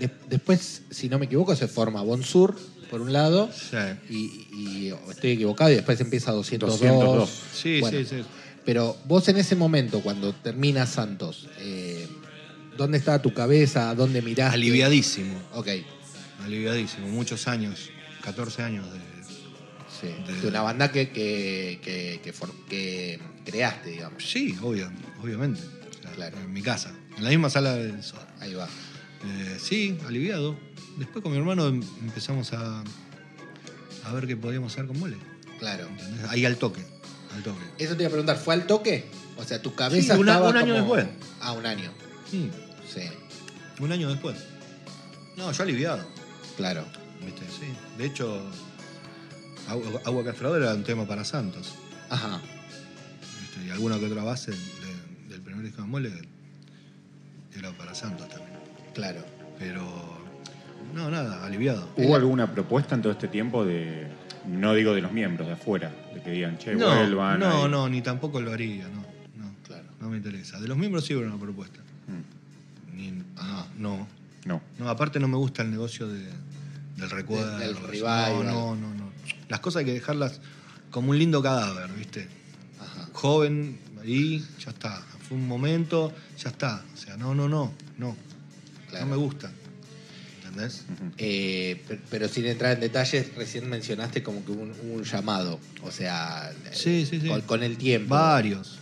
Speaker 2: de- después, si no me equivoco, se forma Bonsur, por un lado, y, y- o estoy equivocado y después empieza 202.
Speaker 1: 202.
Speaker 3: Sí,
Speaker 2: Bueno,
Speaker 3: sí, sí.
Speaker 2: Pero vos en ese momento, cuando termina Santos, eh, ¿dónde estaba tu cabeza? ¿Dónde mirás?
Speaker 3: Aliviadísimo.
Speaker 2: Ok,
Speaker 3: Aliviadísimo. Muchos años. 14 años de.
Speaker 2: sí.
Speaker 3: De-
Speaker 2: De una banda que, que, que, que for- que creaste, digamos.
Speaker 3: Sí, obvio, obviamente. O sea,
Speaker 2: Claro.
Speaker 3: En mi casa. En la misma sala del sol.
Speaker 2: Ahí va.
Speaker 3: Eh, sí, aliviado. Después con mi hermano em- empezamos a, a ver qué podíamos hacer con mole.
Speaker 2: Claro.
Speaker 3: ¿entendés? Ahí al toque. Al toque.
Speaker 2: Eso te iba a preguntar, ¿fue al toque? O sea, tu cabeza
Speaker 3: Sí, una-
Speaker 2: estaba
Speaker 3: un año
Speaker 2: como-
Speaker 3: después.
Speaker 2: Ah, un año.
Speaker 3: Mm,
Speaker 2: Sí,
Speaker 3: un año después. No, yo aliviado.
Speaker 2: claro.
Speaker 3: ¿viste? Sí. De hecho, agua, agua castradora era un tema para Santos.
Speaker 2: Ajá.
Speaker 3: ¿viste? Y alguna que otra base de- del primer disco de mole era para Santos también.
Speaker 2: Claro.
Speaker 3: Pero, no, nada, aliviado.
Speaker 1: ¿Hubo alguna propuesta en todo este tiempo de, no digo de los miembros, de afuera, de que digan, che,
Speaker 3: No,
Speaker 1: vuelvan?
Speaker 3: no,
Speaker 1: ahí"?
Speaker 3: no, ni tampoco lo haría, no, no.
Speaker 2: Claro.
Speaker 3: No me interesa. De los miembros sí hubo una propuesta.
Speaker 1: Mm,
Speaker 3: Ni- ah, no.
Speaker 1: No.
Speaker 3: No, aparte no me gusta el negocio de- del recuerdo.
Speaker 2: del
Speaker 3: No,
Speaker 2: revival.
Speaker 3: No, no, no. Las cosas hay que dejarlas como un lindo cadáver, ¿viste?
Speaker 2: Ajá.
Speaker 3: Joven, ahí, ya está. Fue un momento, ya está. O sea, no, no, no, no.
Speaker 2: Claro.
Speaker 3: No me gusta. ¿Entendés?
Speaker 2: Eh, per- pero sin entrar en detalles, recién mencionaste como que hubo un, hubo un llamado. O sea, eh,
Speaker 3: Sí, sí, sí.
Speaker 2: Con, con el tiempo.
Speaker 3: Varios.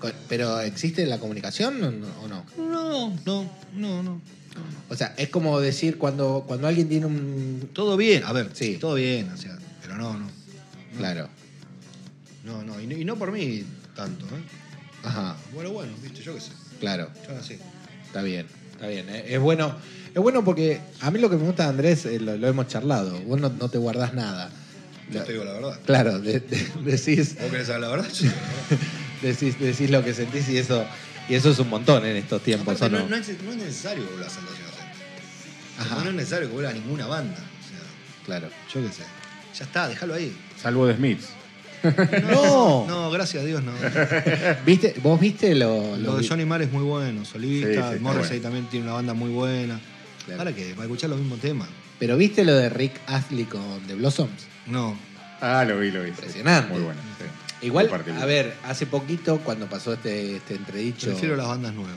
Speaker 2: Con- pero ¿existe la comunicación o no- o no?
Speaker 3: No, no, no, no.
Speaker 2: O sea, es como decir cuando, cuando alguien tiene un.
Speaker 3: Todo bien, a ver,
Speaker 2: Sí.
Speaker 3: todo bien, o sea, pero no, no.
Speaker 2: Claro.
Speaker 3: No, no, y no, y no por mí tanto, ¿eh?
Speaker 2: Ajá,
Speaker 3: Bueno, bueno, viste, yo qué sé.
Speaker 2: claro.
Speaker 3: Yo no sé.
Speaker 2: Está bien, está bien. ¿eh? Es bueno, es bueno porque a mí lo que me gusta de Andrés, eh, lo, lo hemos charlado, vos no, no te guardás nada.
Speaker 3: Yo te digo la verdad.
Speaker 2: Claro, de- de- decís,
Speaker 3: ¿Vos querés saber la verdad? Sí, la verdad.
Speaker 2: decís, decís lo que sentís y eso, y eso es un montón en estos tiempos,
Speaker 3: Aparte,
Speaker 2: ¿o no?
Speaker 3: no, no es, no es necesario que vuelva a Santa Inocente.
Speaker 2: Ajá.
Speaker 3: No es necesario que vuelva a ninguna banda. O sea,
Speaker 2: Claro.
Speaker 3: yo qué sé. Ya está, déjalo ahí.
Speaker 1: Salvo de Smiths.
Speaker 2: No.
Speaker 3: No, gracias a Dios no.
Speaker 2: ¿Viste, ¿Vos viste lo,
Speaker 3: Lo de Johnny Marr es muy bueno,
Speaker 1: Sí, sí,
Speaker 3: solista.
Speaker 1: está
Speaker 3: Morrissey
Speaker 1: bueno.
Speaker 3: también tiene una banda muy buena.
Speaker 2: Claro.
Speaker 3: ¿Para qué? ¿Para escuchar los mismos temas?
Speaker 2: Pero viste lo de Rick Astley con The Blossoms.
Speaker 3: No.
Speaker 1: Ah, lo vi, lo vi. sí.
Speaker 2: Impresionante.
Speaker 1: Muy bueno. sí.
Speaker 2: Igual,
Speaker 1: Muy particular.
Speaker 2: a ver, hace poquito cuando pasó este, este entredicho,
Speaker 3: Prefiero las bandas nuevas.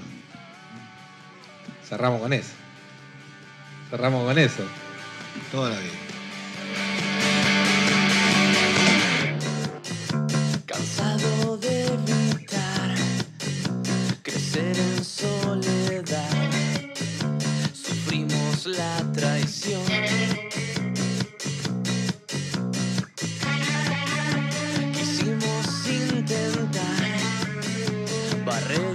Speaker 2: cerramos con eso. Cerramos con eso.
Speaker 3: Toda la vida.
Speaker 5: Cansado de evitar crecer en soledad, sufrimos la traición. Quisimos intentar barrer Oh,